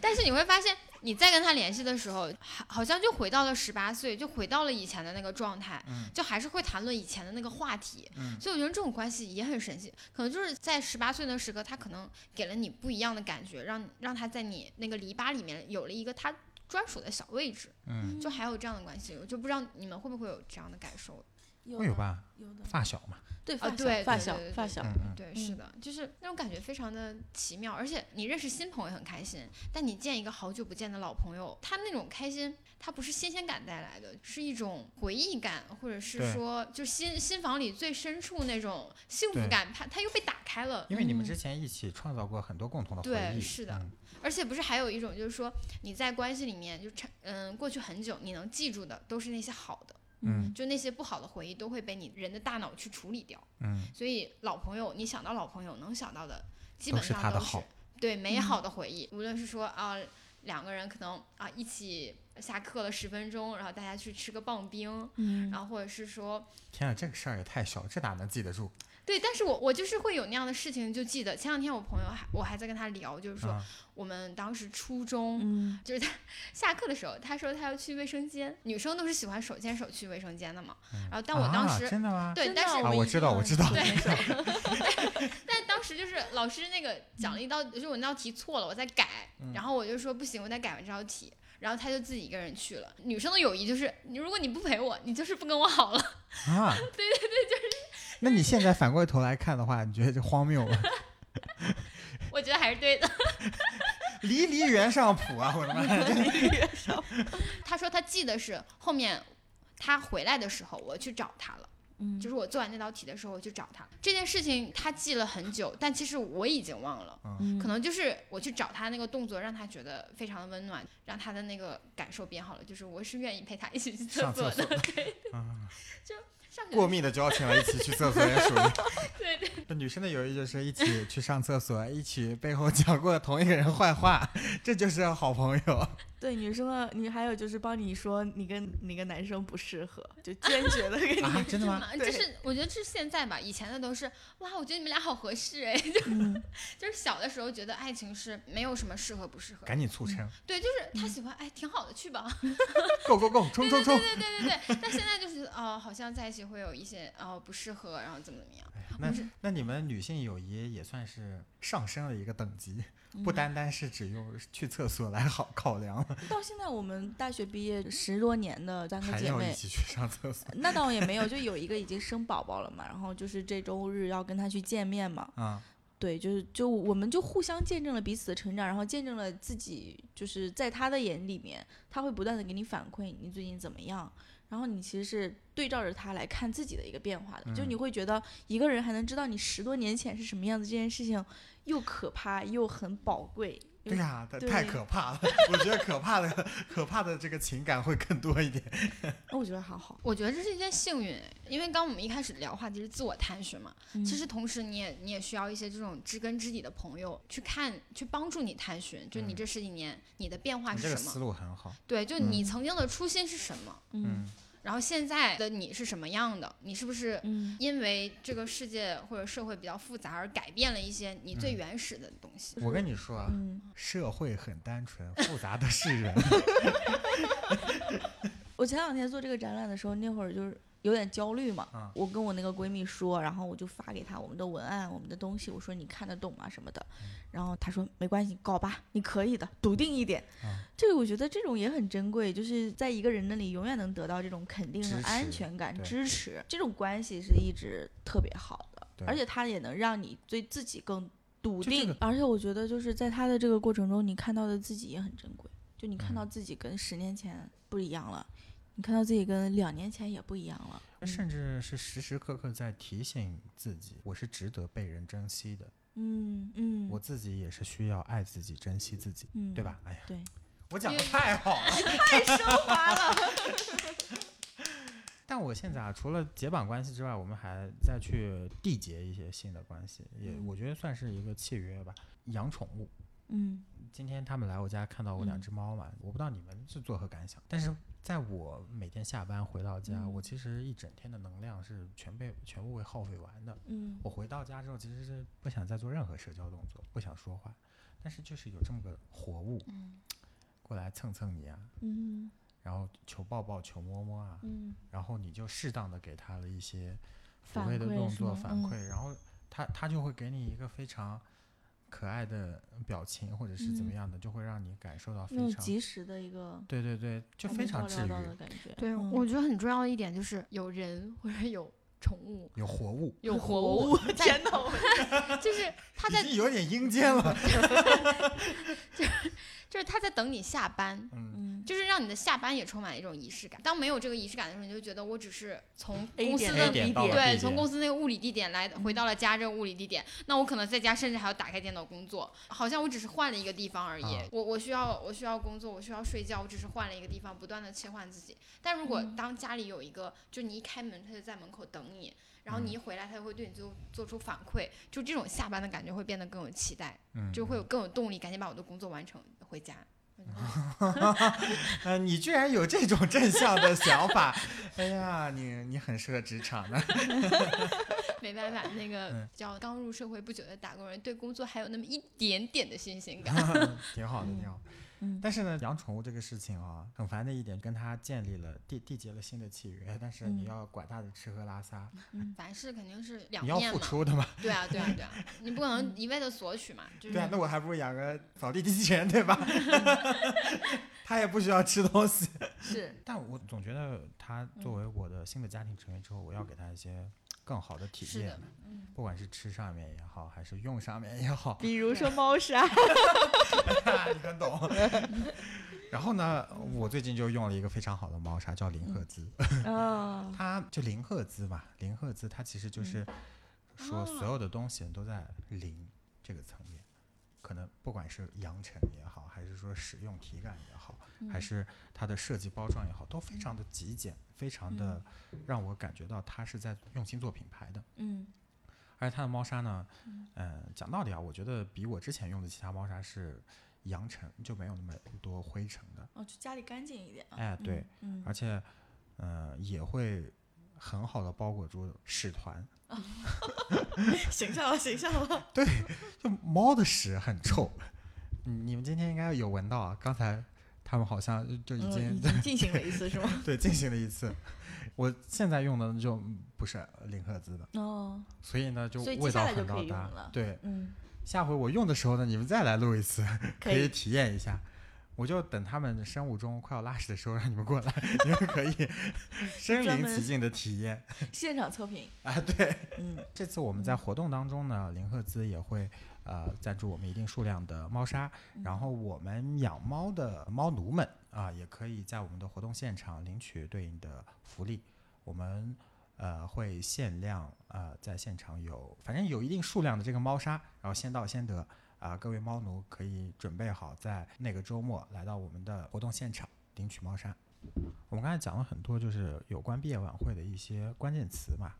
但是你会发现，你再跟他联系的时候，好好像就回到了十八岁，就回到了以前的那个状态，
嗯
就还是会谈论以前的那个话题。
嗯
所以我觉得这种关系也很神奇，可能就是在十八岁的时刻，他可能给了你不一样的感觉，让让他在你那个篱笆里面有了一个他专属的小位置。
嗯，
就还有这样的关系，我就不知道你们会不会有这样的感受。
有
会有？吧，
有的。
发小嘛。
对，
啊
发小，
对
发
对
小
对对，
发
对
小，
嗯嗯，
对，是的，就是那种感觉非常的奇妙，而且你认识新朋友很开心，但你见一个好久不见的老朋友，他那种开心，他不是新鲜感带来的，是一种回忆感，或者
对
是说，就心心房里最深处那种幸
对
福感，他他又被打开了。
因为你们
嗯
之前一起创造过很多共同的回
对
忆。
是的
嗯
而且不是还有一种就是说，你在关系里面就产嗯过去很久，你能记住的都是那些好的，
嗯
就那些不好的回忆都会被你人的大脑去处理掉。
嗯
所以老朋友，你想到老朋友能想到的，基
都
本
是
上
他的
都是
好
对
嗯
美好的回忆，无论是说啊两个人可能啊一起下课了十分钟，然后大家去吃个棒冰，
嗯
然后或者是说
天啊，这个事儿也太小，这哪能记得住？
对，但是我我就是会有那样的事情就记得。前两天我朋友还我还在跟他聊，就是说
啊
我们当时初中。
嗯
就是他下课的时候，他说他要去卫生间，女生都是喜欢手牵手去卫生间的嘛。然后，但我当时、
啊、真的吗？
嗯
对，
真
但
的
是
啊，
我
我
一
知道，我
样
知道，
对，但当时就是老师那个讲了一道，就是我那道题错了，我在改，然后我就说不行，我得改完这道题。然后他就自己一个人去了。女生的友谊就是，你如果你不陪我，你就是不跟我好了。 (laughs)
啊，对对对，就是。那你现在反过头来看的话，你觉得这荒谬吗？
我觉得还是对的。
(laughs) 离离原上谱啊！我的妈呀，
他说他记得是后面他回来的时候，我去找他了，
嗯，
就是我做完那道题的时候，我去找他。这件事情他记了很久，但其实我已经忘了。
嗯
可能就是我去找他那个动作，让他觉得非常的温暖，让他的那个感受变好了。就是我是愿意陪他一起去厕
上
所
厕
的，
所
对， (laughs)
啊
上学
过密的交情了，一起去厕所也属于。
对对
那女生的友谊就是一起去上厕所，一起背后讲过同一个人坏话， (laughs) 这就是好朋友。
对女生
啊
的，你还有就是帮你说你跟哪个男生不适合，就坚决的跟你。
(laughs)
啊，真的吗？
就
对
是我觉得是现在吧，以前的都是哇，我觉得你们俩好合适哎，就、
嗯
(laughs) 就是小的时候觉得爱情是没有什么适合不适合，
赶紧促 (laughs) 成
对，就是
嗯
他喜欢哎挺好的
(laughs)
去吧，
，go go go，冲冲冲！
对对对对，但现在就是哦、好像在一起会有一些哦、不适合，然后怎么怎么样，
哎那那你们女性友谊也算是上升了一个等级，
嗯
不单单是只用去厕所来好考量
嗯
了，
到现在我们大学毕业十多年的
(laughs)
三个
还
嗯姐
要一
妹，
起去上厕
(laughs)
所
那倒也没有，就有一个已经生宝宝了嘛，然后就是这周日要跟他去见面嘛，
啊！
对，就是就我们就互相见证了彼此的成长，然后见证了自己，就是在他的眼里面，他会不断的给你反馈你最近怎么样，然后你其实是对照着他来看自己的一个变化的，就
嗯
你会觉得一个人还能知道你十多年前是什么样子，这件事情又可怕又很宝贵。又
对呀、太
对
太可怕了！ (laughs) 我觉得可怕的可怕的这个情感会更多一点。
哦我觉得还好，
我觉得这是一件幸运，哎因为刚我们一开始聊话题是自我探寻嘛，
嗯
嗯
其实同时你也你也需要一些这种知根知底的朋友去看去帮助你探寻，就你
嗯
这十几年你的变化
你
是
这个
什么，
思路嗯很好，
对，就你曾经的初心是什么。
嗯，
然后现在的你是什么样的？你是不是
嗯，
因为这个世界或者社会比较复杂而改变了一些你
嗯
最原始的东西？
我跟你说啊，
嗯
社会很单纯，复杂的是人。
我前两天做这个展览的时候，那会儿就是有点焦虑嘛。
嗯
我跟我那个闺蜜说，然后我就发给她我们的文案、我们的东西，我说你看得懂吗什么的。
嗯
然后她说没关系，搞吧，你可以的，笃定一点。
嗯
这个我觉得这种也很珍贵，就是在一个人那里永远能得到这种肯定
支
和
持
安全感、
对
支持，这种关系是一直特别好的，
对
而且它也能让你对自己更笃
就这
定
个。
而且我觉得就是在他的这个过程中，你看到的自己也很珍贵。就
嗯
你看到自己跟十年前不一样了，你看到自己跟两年前也不一样了。
甚至是时时刻刻在提醒自己，我是值得被人珍惜的，
嗯嗯，
我自己也是需要爱自己、珍惜自己，
嗯
对？吧？哎呀，
对，
我讲的
因为
太好了。
完了，
(laughs) 但我现在啊，除了结绑关系之外，我们还再去缔结一些新的关系，也我觉得算是一个契约吧。养宠物，
嗯
今天他们来我家看到我两
嗯
只猫嘛，我不知道你们是作何感想，但是在我每天下班回到家，我其实一整天的能量是全被全部被耗费完的。
嗯
我回到家之后，其实是不想再做任何社交动作，不想说话，但是就是有这么个活物，过来蹭蹭你啊，
嗯
然后求抱抱、求摸摸啊，
嗯
然后你就适当的给他了一些抚
反
慰的
馈
动
是
作
吗
反
嗯
馈，然后他他就会给你一个非常可爱的表情，或者是怎么
嗯
样的，就会让你感受到非
那种哦
常
及时的一个
对对对，就
还
非
没
常
照
治
料到的
愈。
感觉。
对，
嗯
我觉得很重要的一点就是有人或者有宠物、
有活物，
有活物
嗯
在，
天哪，我
(laughs) 就是他在
已经有点阴间了。
就是他在等你下班，
嗯， (laughs)
嗯
就是让你的下班也充满了一种仪式感。当没有这个仪式感的时候，你就觉得我只是从
A
公司
点
的
A 点到了
对，
B
从
点
公司那个物理地点来，回到了家这个物理地点，那我可能在家甚至还要打开电脑工作，好像我只是换了一个地方而已。
啊
我我需要我需要工作，我需要睡觉，我只是换了一个地方，不断的切换自己。但如果当家里有一个，就你一开门，他就在门口等你，
嗯
然后你一回来，他就会对你做做出反馈，就这种下班的感觉会变得更有期待，
嗯，
就会有更有动力，赶紧把我的工作完成回家。
呃，你居然有这种正向的想法， (laughs) 哎呀，你你很适合职场的，
没办法，那个
嗯
叫刚入社会不久的打工人，对工作还有那么一点点的新鲜感。
啊挺好的，挺好的。
嗯
但是呢，养宠物这个事情啊，很烦的一点，跟它建立了缔缔结了新的契约，但是你
嗯
要管它的吃喝拉撒，
(laughs) 凡事肯定是两
你要
面
付
嘛，
出的嘛。
对啊，对啊，
(laughs)
对啊，你不可能一味的索取嘛，就是
对啊，那我还不如养个扫地机器人，对吧？ (laughs) 它也不需要吃东西。
是
但我总觉得它作
嗯
为我的新的家庭成员之后，我要给它一些更好的体
是
验
的，嗯
不管是吃上面也好，还是用上面也
(laughs)
好， (laughs)
比如说猫砂， (laughs)
你很懂。 (laughs) 然后呢，我最近就用了一个非常好的猫砂，叫林
嗯
赫兹。
啊，
它就零赫兹嘛，零赫兹它其实就是说所有的东西都在零这个层面，可能不管是扬尘也好，还是说使用体感也好，还是它的设计包装也好，都非常的极简，非常的让我感觉到它是在用心做品牌的。
嗯
而且它的猫砂呢，呃，讲道理啊，我觉得比我之前用的其他猫砂是扬尘就没有那么多灰尘的，
哦，就家里干净一点啊，
哎，对，
嗯，
而且，呃，也会很好的包裹住屎团。
形象了，形象了，
对，就猫的屎很臭，嗯你们今天应该有闻到啊。刚才他们好像就已
嗯，
经
已经进行了一次是吗？
(laughs) 对进行了一次。我现在用的就不是林赫兹的，
哦，
所以呢就
所以接
味
下
道
来就
很
可
到
以
达
用了。
对，
嗯，
下回我用的时候呢，你们再来录一次，可
可以
体验一下。我就等他们生物钟快要拉屎的时候，让你们过来， (laughs) 你们可以身
专
临
门
其境的体验
现场测评，
啊！对。
嗯
这次我们在活动当中呢，林赫兹也会呃赞助我们一定数量的猫砂，然后我们养猫的猫奴们啊、也可以在我们的活动现场领取对应的福利。我们呃会限量呃在现场有，反正有一定数量的这个猫砂，然后先到先得啊、各位猫奴可以准备好，在那个周末来到我们的活动现场领取猫砂。我们刚才讲了很多，就是有关毕业晚会的一些关键词嘛，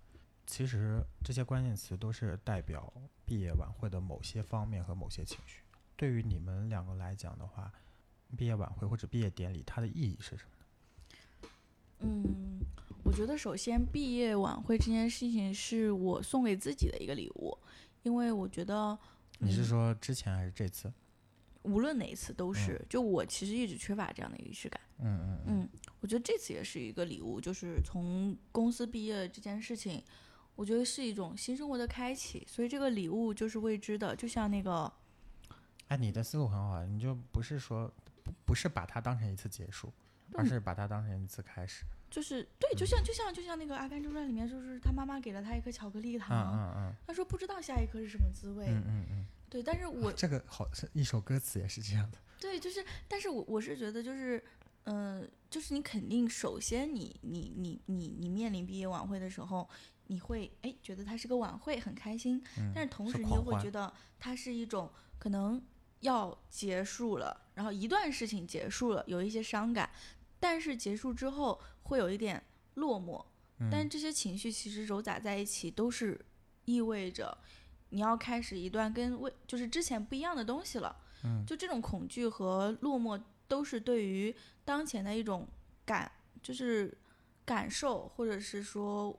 其实这些关键词都是代表毕业晚会的某些方面和某些情绪。对于你们两个来讲的话，毕业晚会或者毕业典礼，它的意义是什么？
嗯，我觉得首先毕业晚会这件事情是我送给自己的一个礼物，因为我觉得嗯
你是说之前还是这次？
无论哪一次都是，就我其实一直缺乏这样的一个仪式感。
嗯嗯嗯
嗯，我觉得这次也是一个礼物，就是从公司毕业这件事情，我觉得是一种新生活的开启，所以这个礼物就是未知的，就像那个
哎，你的思路很好，你就不是说不不是把它当成一次结束，而是把它当成一次开始。
就是对，就像就像就像那个《阿甘正传》里面，就是他妈妈给了他一颗巧克力
嗯
糖，
嗯嗯
他说不知道下一颗是什么滋味。
嗯嗯嗯，
对，但是我
这个好是一首歌词也是这样的。
对，就是，但是我我是觉得就是，嗯、就是你肯定首先你你你你你面临毕业晚会的时候，你会哎觉得它是个晚会，很开心，
嗯，
但是同
是
时你
狂
又会
欢
觉得它是一种可能要结束了，然后一段事情结束了，有一些伤感，但是结束之后会有一点落寞，但是
嗯
这些情绪其实揉杂在一起，都是意味着你要开始一段跟为就是之前不一样的东西了。
嗯
就这种恐惧和落寞，都是对于当前的一种感，就是感受，或者是说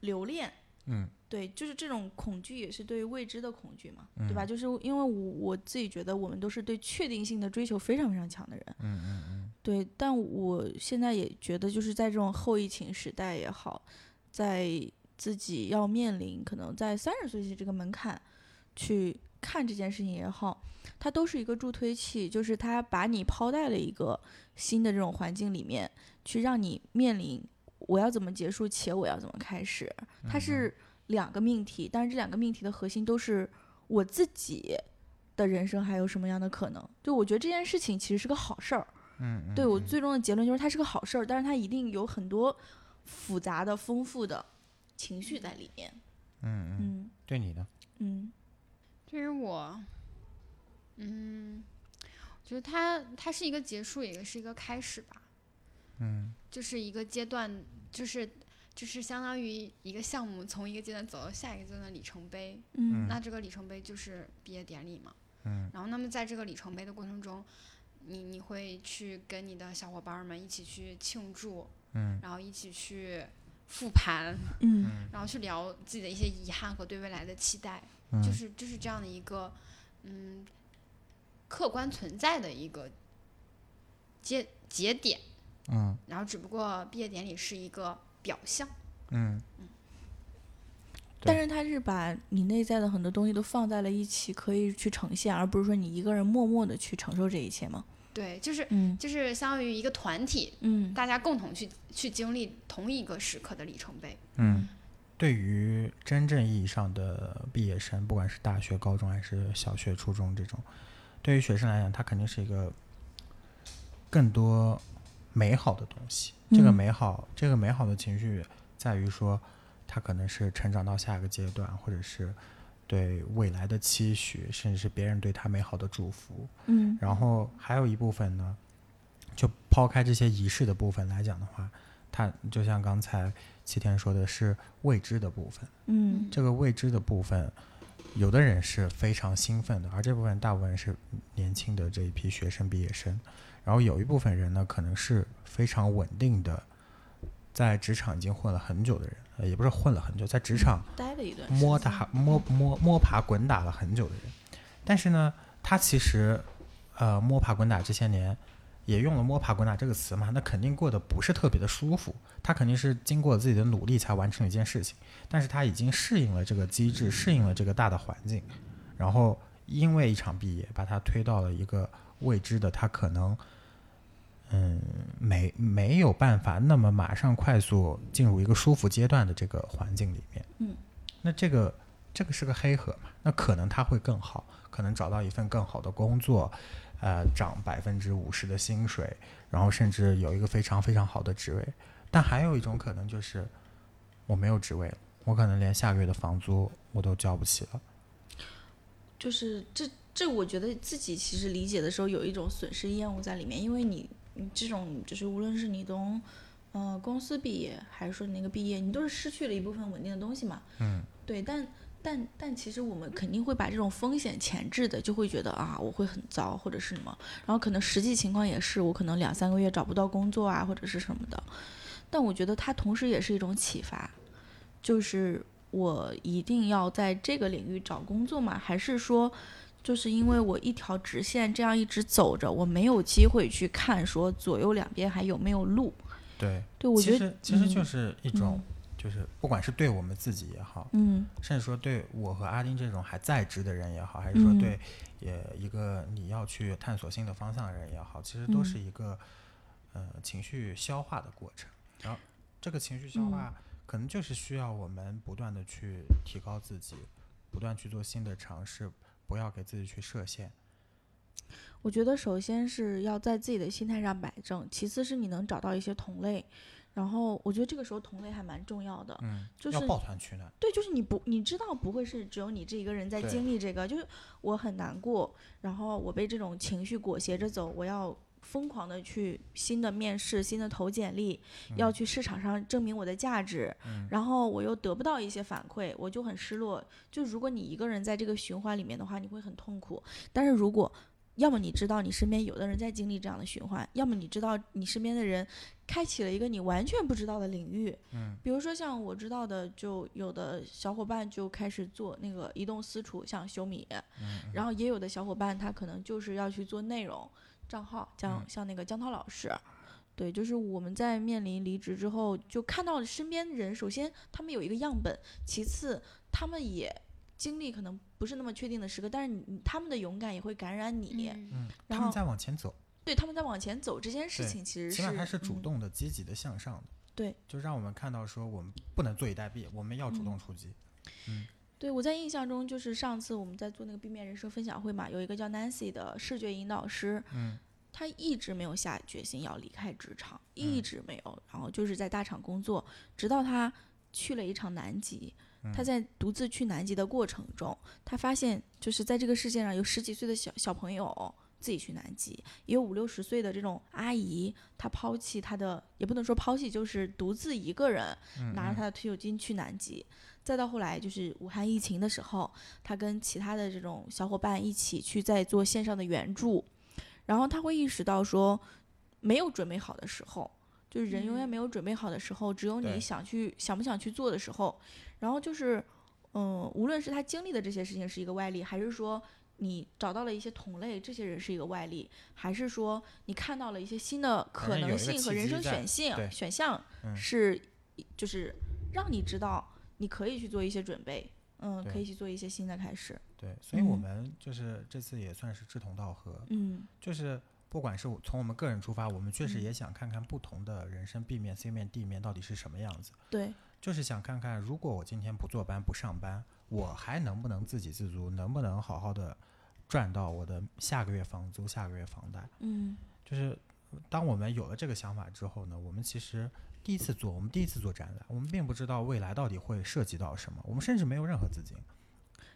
留恋。
嗯
对，就是这种恐惧也是对于未知的恐惧嘛，
嗯
对吧？就是因为我我自己觉得我们都是对确定性的追求非常非常强的人，
嗯嗯嗯，
对，但我现在也觉得，就是在这种后疫情时代也好，在自己要面临可能在三十岁这个门槛去看这件事情也好，它都是一个助推器，就是它把你抛在了一个新的这种环境里面，去让你面临我要怎么结束，且我要怎么开始。
嗯
它是两个命题，但是这两个命题的核心都是我自己的人生还有什么样的可能。就我觉得这件事情其实是个好事儿。
嗯嗯，
对我
嗯
最终的结论就是它是个好事儿，但是它一定有很多复杂的、丰富的情绪在里面。
嗯嗯，
嗯
对你呢？
嗯
对于我，嗯，我觉得它它是一个结束，也是一个开始吧，
嗯
就是一个阶段，就是就是相当于一个项目从一个阶段走到下一个阶段的里程碑。
嗯
那这个里程碑就是毕业典礼嘛。
嗯
然后，那么在这个里程碑的过程中，你你会去跟你的小伙伴儿们一起去庆祝，
嗯
然后一起去复盘，
嗯
嗯
然后去聊自己的一些遗憾和对未来的期待，
嗯，
就是就是这样的一个嗯客观存在的一个节节点。
嗯
然后，只不过毕业典礼是一个表象。
嗯对
但是它是把你内在的很多东西都放在了一起，可以去呈现，而不是说你一个人默默的去承受这一切嘛。
对，就是
嗯
就是相当于一个团体，
嗯
大家共同去去经历同一个时刻的里程碑。
嗯，对于真正意义上的毕业生，不管是大学、高中还是小学、初中这种，对于学生来讲，它肯定是一个更多美好的东西。这个
嗯
美好，这个美好的情绪在于说，他可能是成长到下一个阶段，或者是对未来的期许，甚至是别人对他美好的祝福。
嗯
然后还有一部分呢，就抛开这些仪式的部分来讲的话，它就像刚才齐天说的是未知的部分。
嗯
这个未知的部分，有的人是非常兴奋的，而这部分大部分是年轻的这一批学生毕业生。然后有一部分人呢，可能是非常稳定的，在职场已经混了很久的人，呃也不是混了很久，在职场
待了一段时间，
摸打摸摸摸爬滚打了很久的人，但是呢，他其实呃摸爬滚打这些年也用了“摸爬滚打”这个词嘛，那肯定过得不是特别的舒服，他肯定是经过自己的努力才完成了一件事情，但是他已经适应了这个机
嗯
制，适应了这个大的环境，然后因为一场毕业，把他推到了一个未知的，他可能。嗯，没没有办法那么马上快速进入一个舒服阶段的这个环境里面，那这个这个是个黑盒嘛？那可能他会更好，可能找到一份更好的工作，呃，涨百分之五十的薪水，然后甚至有一个非常非常好的职位。但还有一种可能就是，我没有职位了，我可能连下个月的房租我都交不起了。
就是这这，我觉得自己其实理解的时候有一种损失厌恶在里面，因为你你这种就是无论是你从呃公司毕业，还是说你那个毕业，你都是失去了一部分稳定的东西嘛。
嗯，
对，但但但其实我们肯定会把这种风险前置的，就会觉得啊我会很糟或者是什么，然后可能实际情况也是我可能两三个月找不到工作啊或者是什么的，但我觉得它同时也是一种启发，就是我一定要在这个领域找工作吗？还是说，就是因为我一条直线这样一直走着，我没有机会去看说左右两边还有没有路？
对，
对，我
其
觉得，
实其实就
嗯
是一种，就是不管是对我们自己也好，
嗯
甚至说对我和阿丁这种还在职的人也好，还是说
嗯
对也一个你要去探索新的方向的人也好，其实都
嗯
是一个、呃情绪消化的过程。然后这个情绪
嗯
消化可能就是需要我们不断的去提高自己，不断去做新的尝试，不要给自己去设限。
我觉得首先是要在自己的心态上摆正，其次是你能找到一些同类，然后我觉得这个时候同类还蛮重要的。
嗯，
就是
要抱团取暖。
对，就是你不，你知道不会是只有你这一个人在
对
经历这个，就是我很难过，然后我被这种情绪裹挟着走，我要疯狂的去新的面试、新的投简历，要去市场上证明我的价值，
嗯
然后我又得不到一些反馈，我就很失落。就如果你一个人在这个循环里面的话，你会很痛苦。但是如果要么你知道你身边有的人在经历这样的循环，要么你知道你身边的人开启了一个你完全不知道的领域，
嗯
比如说像我知道的，就有的小伙伴就开始做那个移动私厨，像修米，
嗯
然后也有的小伙伴他可能就是要去做内容账号，像、
嗯
像那个江涛老师。对，就是我们在面临离职之后，就看到身边人，首先他们有一个样本，其次他们也经历可能不是那么确定的时刻，但是你你他们的勇敢也会感染你，
嗯
嗯，
然
他们
后
在往前走，
对他们在往前走这件事
对
情，其实
起码他是主
嗯
动的、积极的、向上的。
对，
就让我们看到说，我们不能坐以待毙，我们要主
嗯
动出击。
对，我在印象中就是上次我们在做那个避免人生分享会嘛，有一个叫 Nancy 的视觉引导师，
嗯
他一直没有下决心要离开职场，一
嗯
直没有，然后就是在大厂工作，直到他去了一场南极。他
嗯
在独自去南极的过程中，他发现就是在这个世界上有十几岁的小小朋友，自己去南极，也有五六十岁的这种阿姨，她抛弃她的，也不能说抛弃，就是独自一个人
嗯
拿着她的退休金去南极。再到后来就是武汉疫情的时候，她跟其他的这种小伙伴一起去在做线上的援助，然后她会意识到说，没有准备好的时候。就是人永远
嗯
没有准备好的时候，只有
对
你想去想不想去做的时候，然后就是，嗯，无论是他经历的这些事情是一个外力，还是说你找到了一些同类，这些人是一个外力，还是说你看到了一些新的
反
可
正有
能
一个
性和
契
人
机
生
在
选
对
项选项
嗯
是，就是让你知道你可以去做一些准备，嗯，可
对
以去做一些新的开始，
对，所以我
嗯
们就是这次也算是志同道合，
嗯
就是不管是我从我们个人出发，我们确实也想看看不同的人生 B 面、C 面、D 面到底是什么样子，
对，
就是想看看如果我今天不坐班不上班，我还能不能自给自足，能不能好好的赚到我的下个月房租、下个月房贷。
嗯
就是当我们有了这个想法之后呢，我们其实第一次做，我们第一次做展览，我们并不知道未来到底会涉及到什么，我们甚至没有任何资金。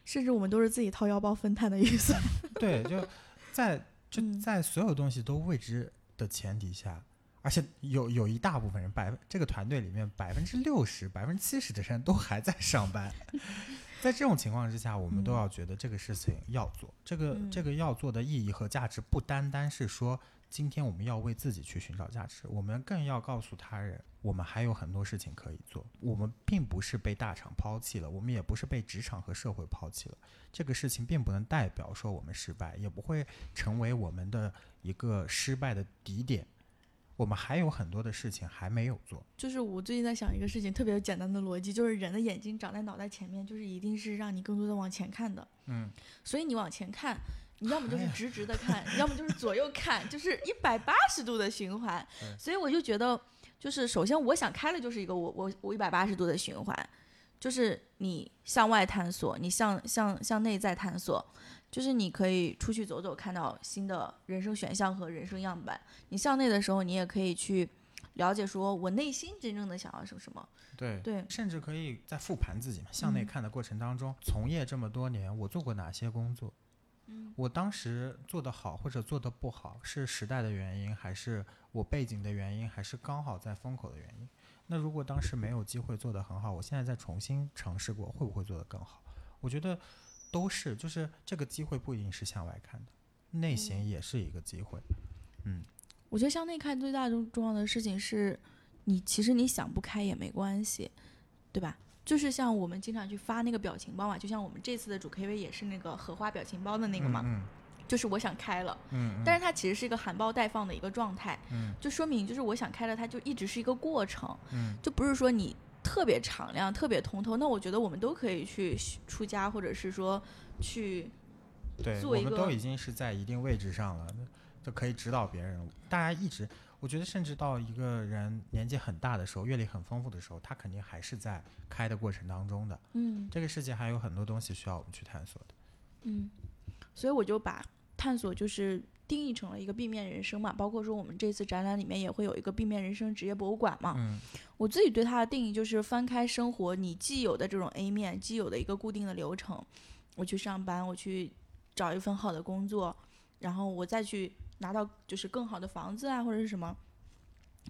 甚至我们都是自己掏腰包分摊的预 (laughs) 算，
对，就在就
嗯
在所有东西都未知的前提下，而且有有一大部分人百分这个团队里面百分之六十、百分之七十的人都还在上班， (laughs) 在这种情况之下，我们都
嗯
要觉得这个事情要做，这个这
嗯
个要做的意义和价值不单单是说。今天我们要为自己去寻找价值，我们更要告诉他人，我们还有很多事情可以做。我们并不是被大厂抛弃了，我们也不是被职场和社会抛弃了。这个事情并不能代表说我们失败，也不会成为我们的一个失败的底点。我们还有很多的事情还没有做，
就是我最近在想一个事情，特别简单的逻辑，就是人的眼睛长在脑袋前面，就是一定是让你更多的往前看的。
嗯，
所以你往前看，你要么就
哎
是
呀
直直的看，要么就是左右看，就是一百八十度的循环
对。
所以我就觉得，就是首先我想开了，就是一个我我我一百八十度的循环，就是你向外探索，你向向向内在探索，就是你可以出去走走，看到新的人生选项和人生样板。你向内的时候，你也可以去了解，说我内心真正的想要什么什么。
对
对，
甚至可以在复盘自己嘛，向内
嗯
看的过程当中，从业这么多年，我做过哪些工作？
嗯
我当时做得好或者做得不好，是时代的原因，还是我背景的原因，还是刚好在风口的原因？那如果当时没有机会做得很好，我现在再重新尝试过，会不会做得更好？我觉得都是，就是这个机会不一定是向外看的，
嗯
内省也是一个机会。
我觉得向内看最大重重要的事情是，你其实你想不开也没关系，对吧？就是像我们经常去发那个表情包嘛，就像我们这次的主 KV 也是那个荷花表情包的那个嘛，
嗯
就是我想开了，
嗯嗯，
但
是
是它其实是一个含苞待放的一个状态，
嗯
就说明就是我想开了，它就一直是一个过程，
嗯
就不是说你特别敞亮、特别通透。那我觉得我们都可以去出家，或者是说去
对，
做
我
一
们
个
都已经是在一定位置上了，就可以指导别人了。大家一直，我觉得甚至到一个人年纪很大的时候，阅历很丰富的时候，他肯定还是在开的过程当中的。
嗯
这个世界还有很多东西需要我们去探索的。
嗯，所以我就把探索就是定义成了一个 B 面人生嘛，包括说我们这次展览里面也会有一个 B 面人生职业博物馆嘛。
嗯
我自己对它的定义就是翻开生活你既有的这种 A 面，既有的一个固定的流程，我去上班，我去找一份好的工作，然后我再去拿到就是更好的房子啊或者是什么。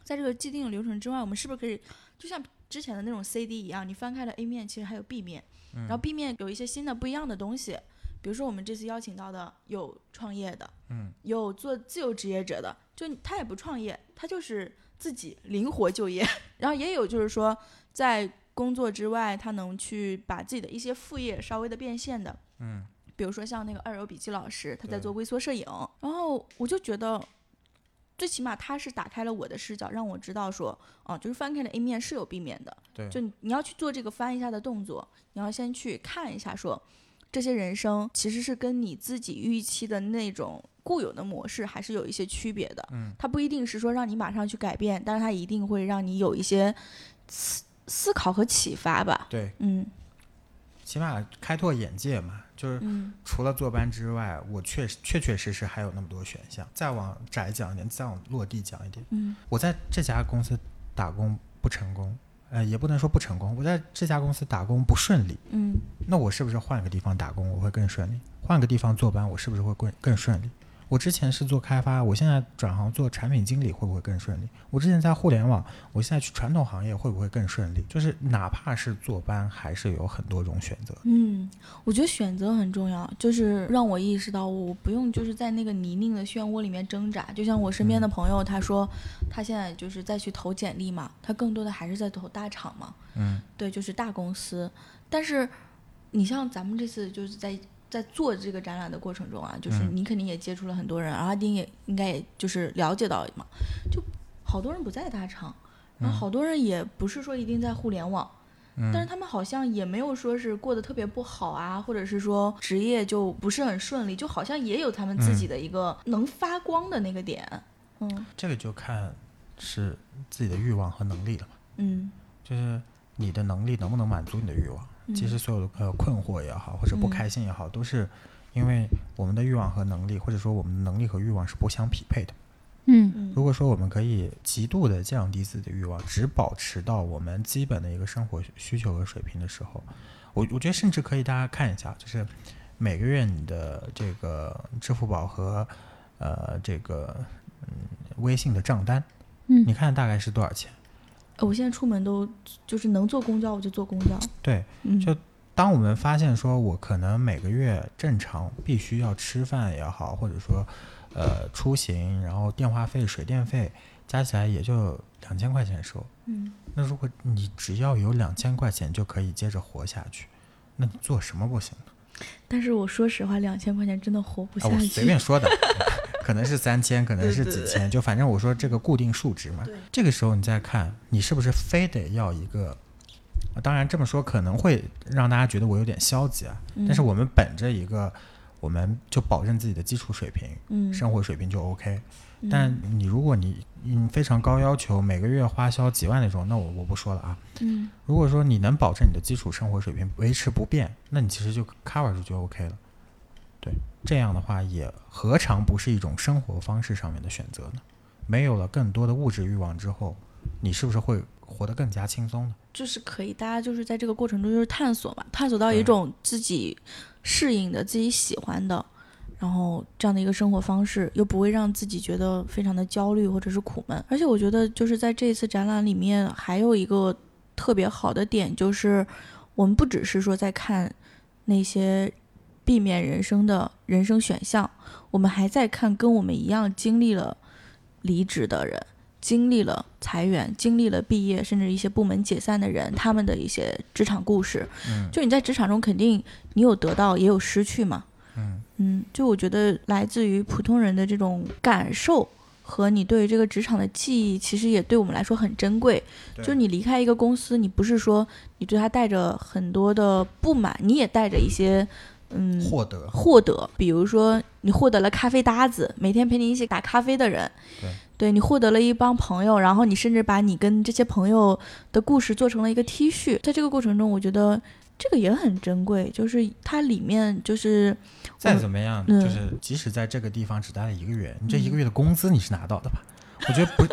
在这个既定的流程之外，我们是不是可以就像之前的那种 CD 一样，你翻开了 A 面，其实还有 B 面，
嗯，
然后 B 面有一些新的不一样的东西，比如说我们这次邀请到的有创业的，
嗯，
有做自由职业者的，就你他也不创业，他就是自己灵活就业， (laughs) 然后也有就是说在工作之外，他能去把自己的一些副业稍微的变现的，
嗯
比如说像那个二柔笔记老师，他在
对
做微缩摄影，然后我就觉得，最起码他是打开了我的视角，让我知道说，哦、就是翻开了 A 面是有 B 面的，
对
就你你要去做这个翻一下的动作，你要先去看一下说，这些人生其实是跟你自己预期的那种固有的模式还是有一些区别的，
嗯，
它不一定是说让你马上去改变，但是它一定会让你有一些思思考和启发吧，
对，
嗯
起码开拓眼界嘛，就是
嗯
除了坐班之外，我确实确确实实还有那么多选项。再往窄讲一点，再往落地讲一点，
嗯
我在这家公司打工不成功，呃，也不能说不成功，我在这家公司打工不顺利，
嗯
那我是不是换个地方打工我会更顺利？换个地方坐班我是不是会更更顺利？我之前是做开发，我现在转行做产品经理会不会更顺利？我之前在互联网，我现在去传统行业会不会更顺利？就是哪怕是坐班，还是有很多种选择。
嗯，我觉得选择很重要，就是让我意识到我不用就是在那个泥泞的漩涡里面挣扎。就像我身边的朋友，他说他现在就是再去投简历嘛，他更多的还是在投大厂嘛，
嗯，
对，就是大公司。但是你像咱们这次就是在在做这个展览的过程中啊，就是
嗯
你肯定也接触了很多人，然后丁也应该也就是了解到嘛，就好多人不在大厂，
嗯
然后好多人也不是说一定在互联网。但是他们好像也没有说是过得特别不好啊，或者是说职业就不是很顺利，就好像也有他们自
嗯
己的一个能发光的那个点。嗯
这个就看是自己的欲望和能力了嘛，
嗯
就是你的能力能不能满足你的欲望。其
嗯
实所有的呃困惑也好，或者不
嗯
开心也好，都是因为我们的欲望和能力，或者说我们的能力和欲望是不相匹配的。
嗯
如果说我们可以极度的降低自己的欲望，只保持到我们基本的一个生活需求和水平的时候，我我觉得甚至可以大家看一下，就是每个月你的这个支付宝和呃这个嗯微信的账单，
嗯
你看大概是多少钱？
呃我现在出门都就是能坐公交我就坐公交。
对，
嗯
就当我们发现说我可能每个月正常必须要吃饭也好，或者说呃出行，然后电话费、水电费加起来也就两千块钱收。
嗯
那如果你只要有两千块钱就可以接着活下去，那你做什么不行呢？
但是我说实话，两千块钱真的活不
啊，
下
我
去。
随便
(laughs)
说的，可能是三千，可能
对
是
对
几
对
千，就反正我说这个固定数值嘛。这个时候你再看，你是不是非得要一个？啊当然这么说可能会让大家觉得我有点消极啊，
嗯
但是我们本着一个，我们就保证自己的基础水平，
嗯
生活水平就 OK。但你如果你你非常高要求，每个月花销几万那种，那我我不说了啊。
嗯
如果说你能保证你的基础生活水平维持不变，那你其实就 cover 住就 OK 了。对，这样的话也何尝不是一种生活方式上面的选择呢？没有了更多的物质欲望之后，你是不是会活得更加轻松呢？
就是可以，大家就是在这个过程中就是探索嘛，探索到一
对
种自己适应的、自己喜欢的，然后这样的一个生活方式，又不会让自己觉得非常的焦虑或者是苦闷。而且我觉得就是在这一次展览里面，还有一个特别好的点就是，我们不只是说在看那些避免人生的人生选项，我们还在看跟我们一样经历了离职的人。经历了裁员、经历了毕业，甚至一些部门解散的人，他们的一些职场故事。
嗯
就你在职场中，肯定你有得到，也有失去嘛。
嗯
嗯，就我觉得来自于普通人的这种感受和你对于这个职场的记忆，其实也对我们来说很珍贵。
对
就你离开一个公司，你不是说你对他带着很多的不满，你也带着一些嗯
获得
获得，比如说你获得了咖啡搭子，每天陪你一起打咖啡的人，
对
你获得了一帮朋友，然后你甚至把你跟这些朋友的故事做成了一个 T 恤，在这个过程中，我觉得这个也很珍贵，就是它里面就是
再怎么样，
嗯
就是即使在这个地方只待了一个月，你这一个月的工资你是拿到的吧？我觉得不，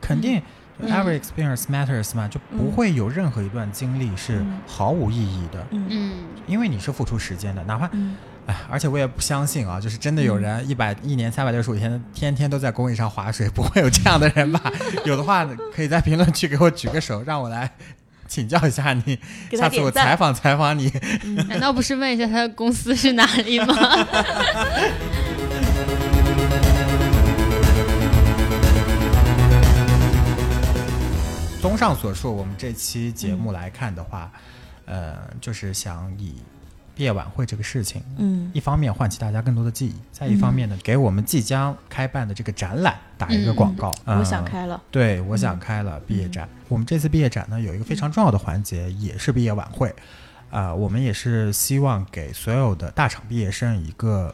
肯定 every experience matters 嘛，就不
嗯
会有任何一段经历是
嗯
毫无意义的，
嗯
嗯
因为你是付出时间的，哪怕
嗯
哎，而且我也不相信啊，就是真的有人一百一年三百六十五天，天天都在公益上划水，不会有这样的人
(laughs)
吧？有的话可以在评论区给我举个手，让我来请教一下你，
给
下
他
次我
点
采
赞，
访采访你。
难道不是问一下他的公司是哪里吗？
综上所述，我们这期节目来看的话，
嗯
呃，就是想以毕业晚会这个事情，
嗯
一方面唤起大家更多的记忆，再一方面呢，给我们即将开办的这个展览打一个广告。
嗯我
呃
想开了，
对，我想开了毕业展。我们这次毕业展呢，有一个非常重要的环节，也是毕业晚会。啊、我们也是希望给所有的大厂毕业生一个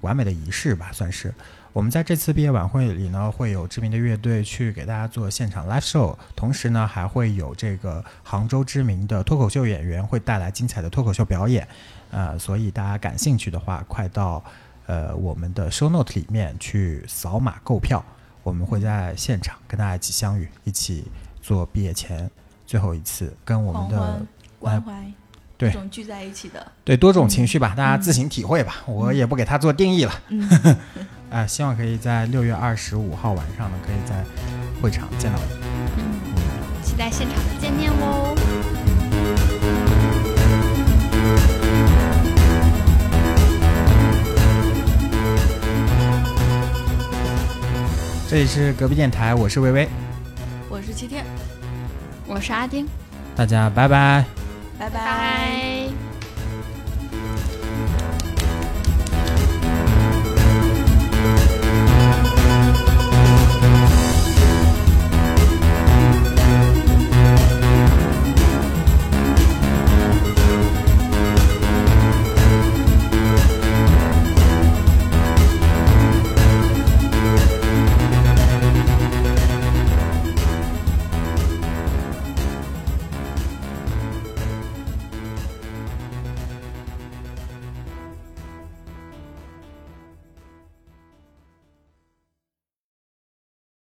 完美的仪式吧，算是。我们在这次毕业晚会里呢，会有知名的乐队去给大家做现场 live show，同时呢，还会有这个杭州知名的脱口秀演员会带来精彩的脱口秀表演。呃，所以大家感兴趣的话，快到呃我们的 show note 里面去扫码购票，我们会在现场跟大家一起相遇，一起做毕业前最后一次跟我们
狂
的
欢关怀，
这
对
种聚在一起的，
对多种情绪吧，大家自行体会吧，我也不给它做定义了。
嗯，
(laughs) 啊、希望可以在六月二十五号晚上呢，可以在会场见到你。
期待现场的见面哦。
这里是隔壁电台，我是微微，
我是七天，
我是阿丁，
大家拜拜。
拜
拜。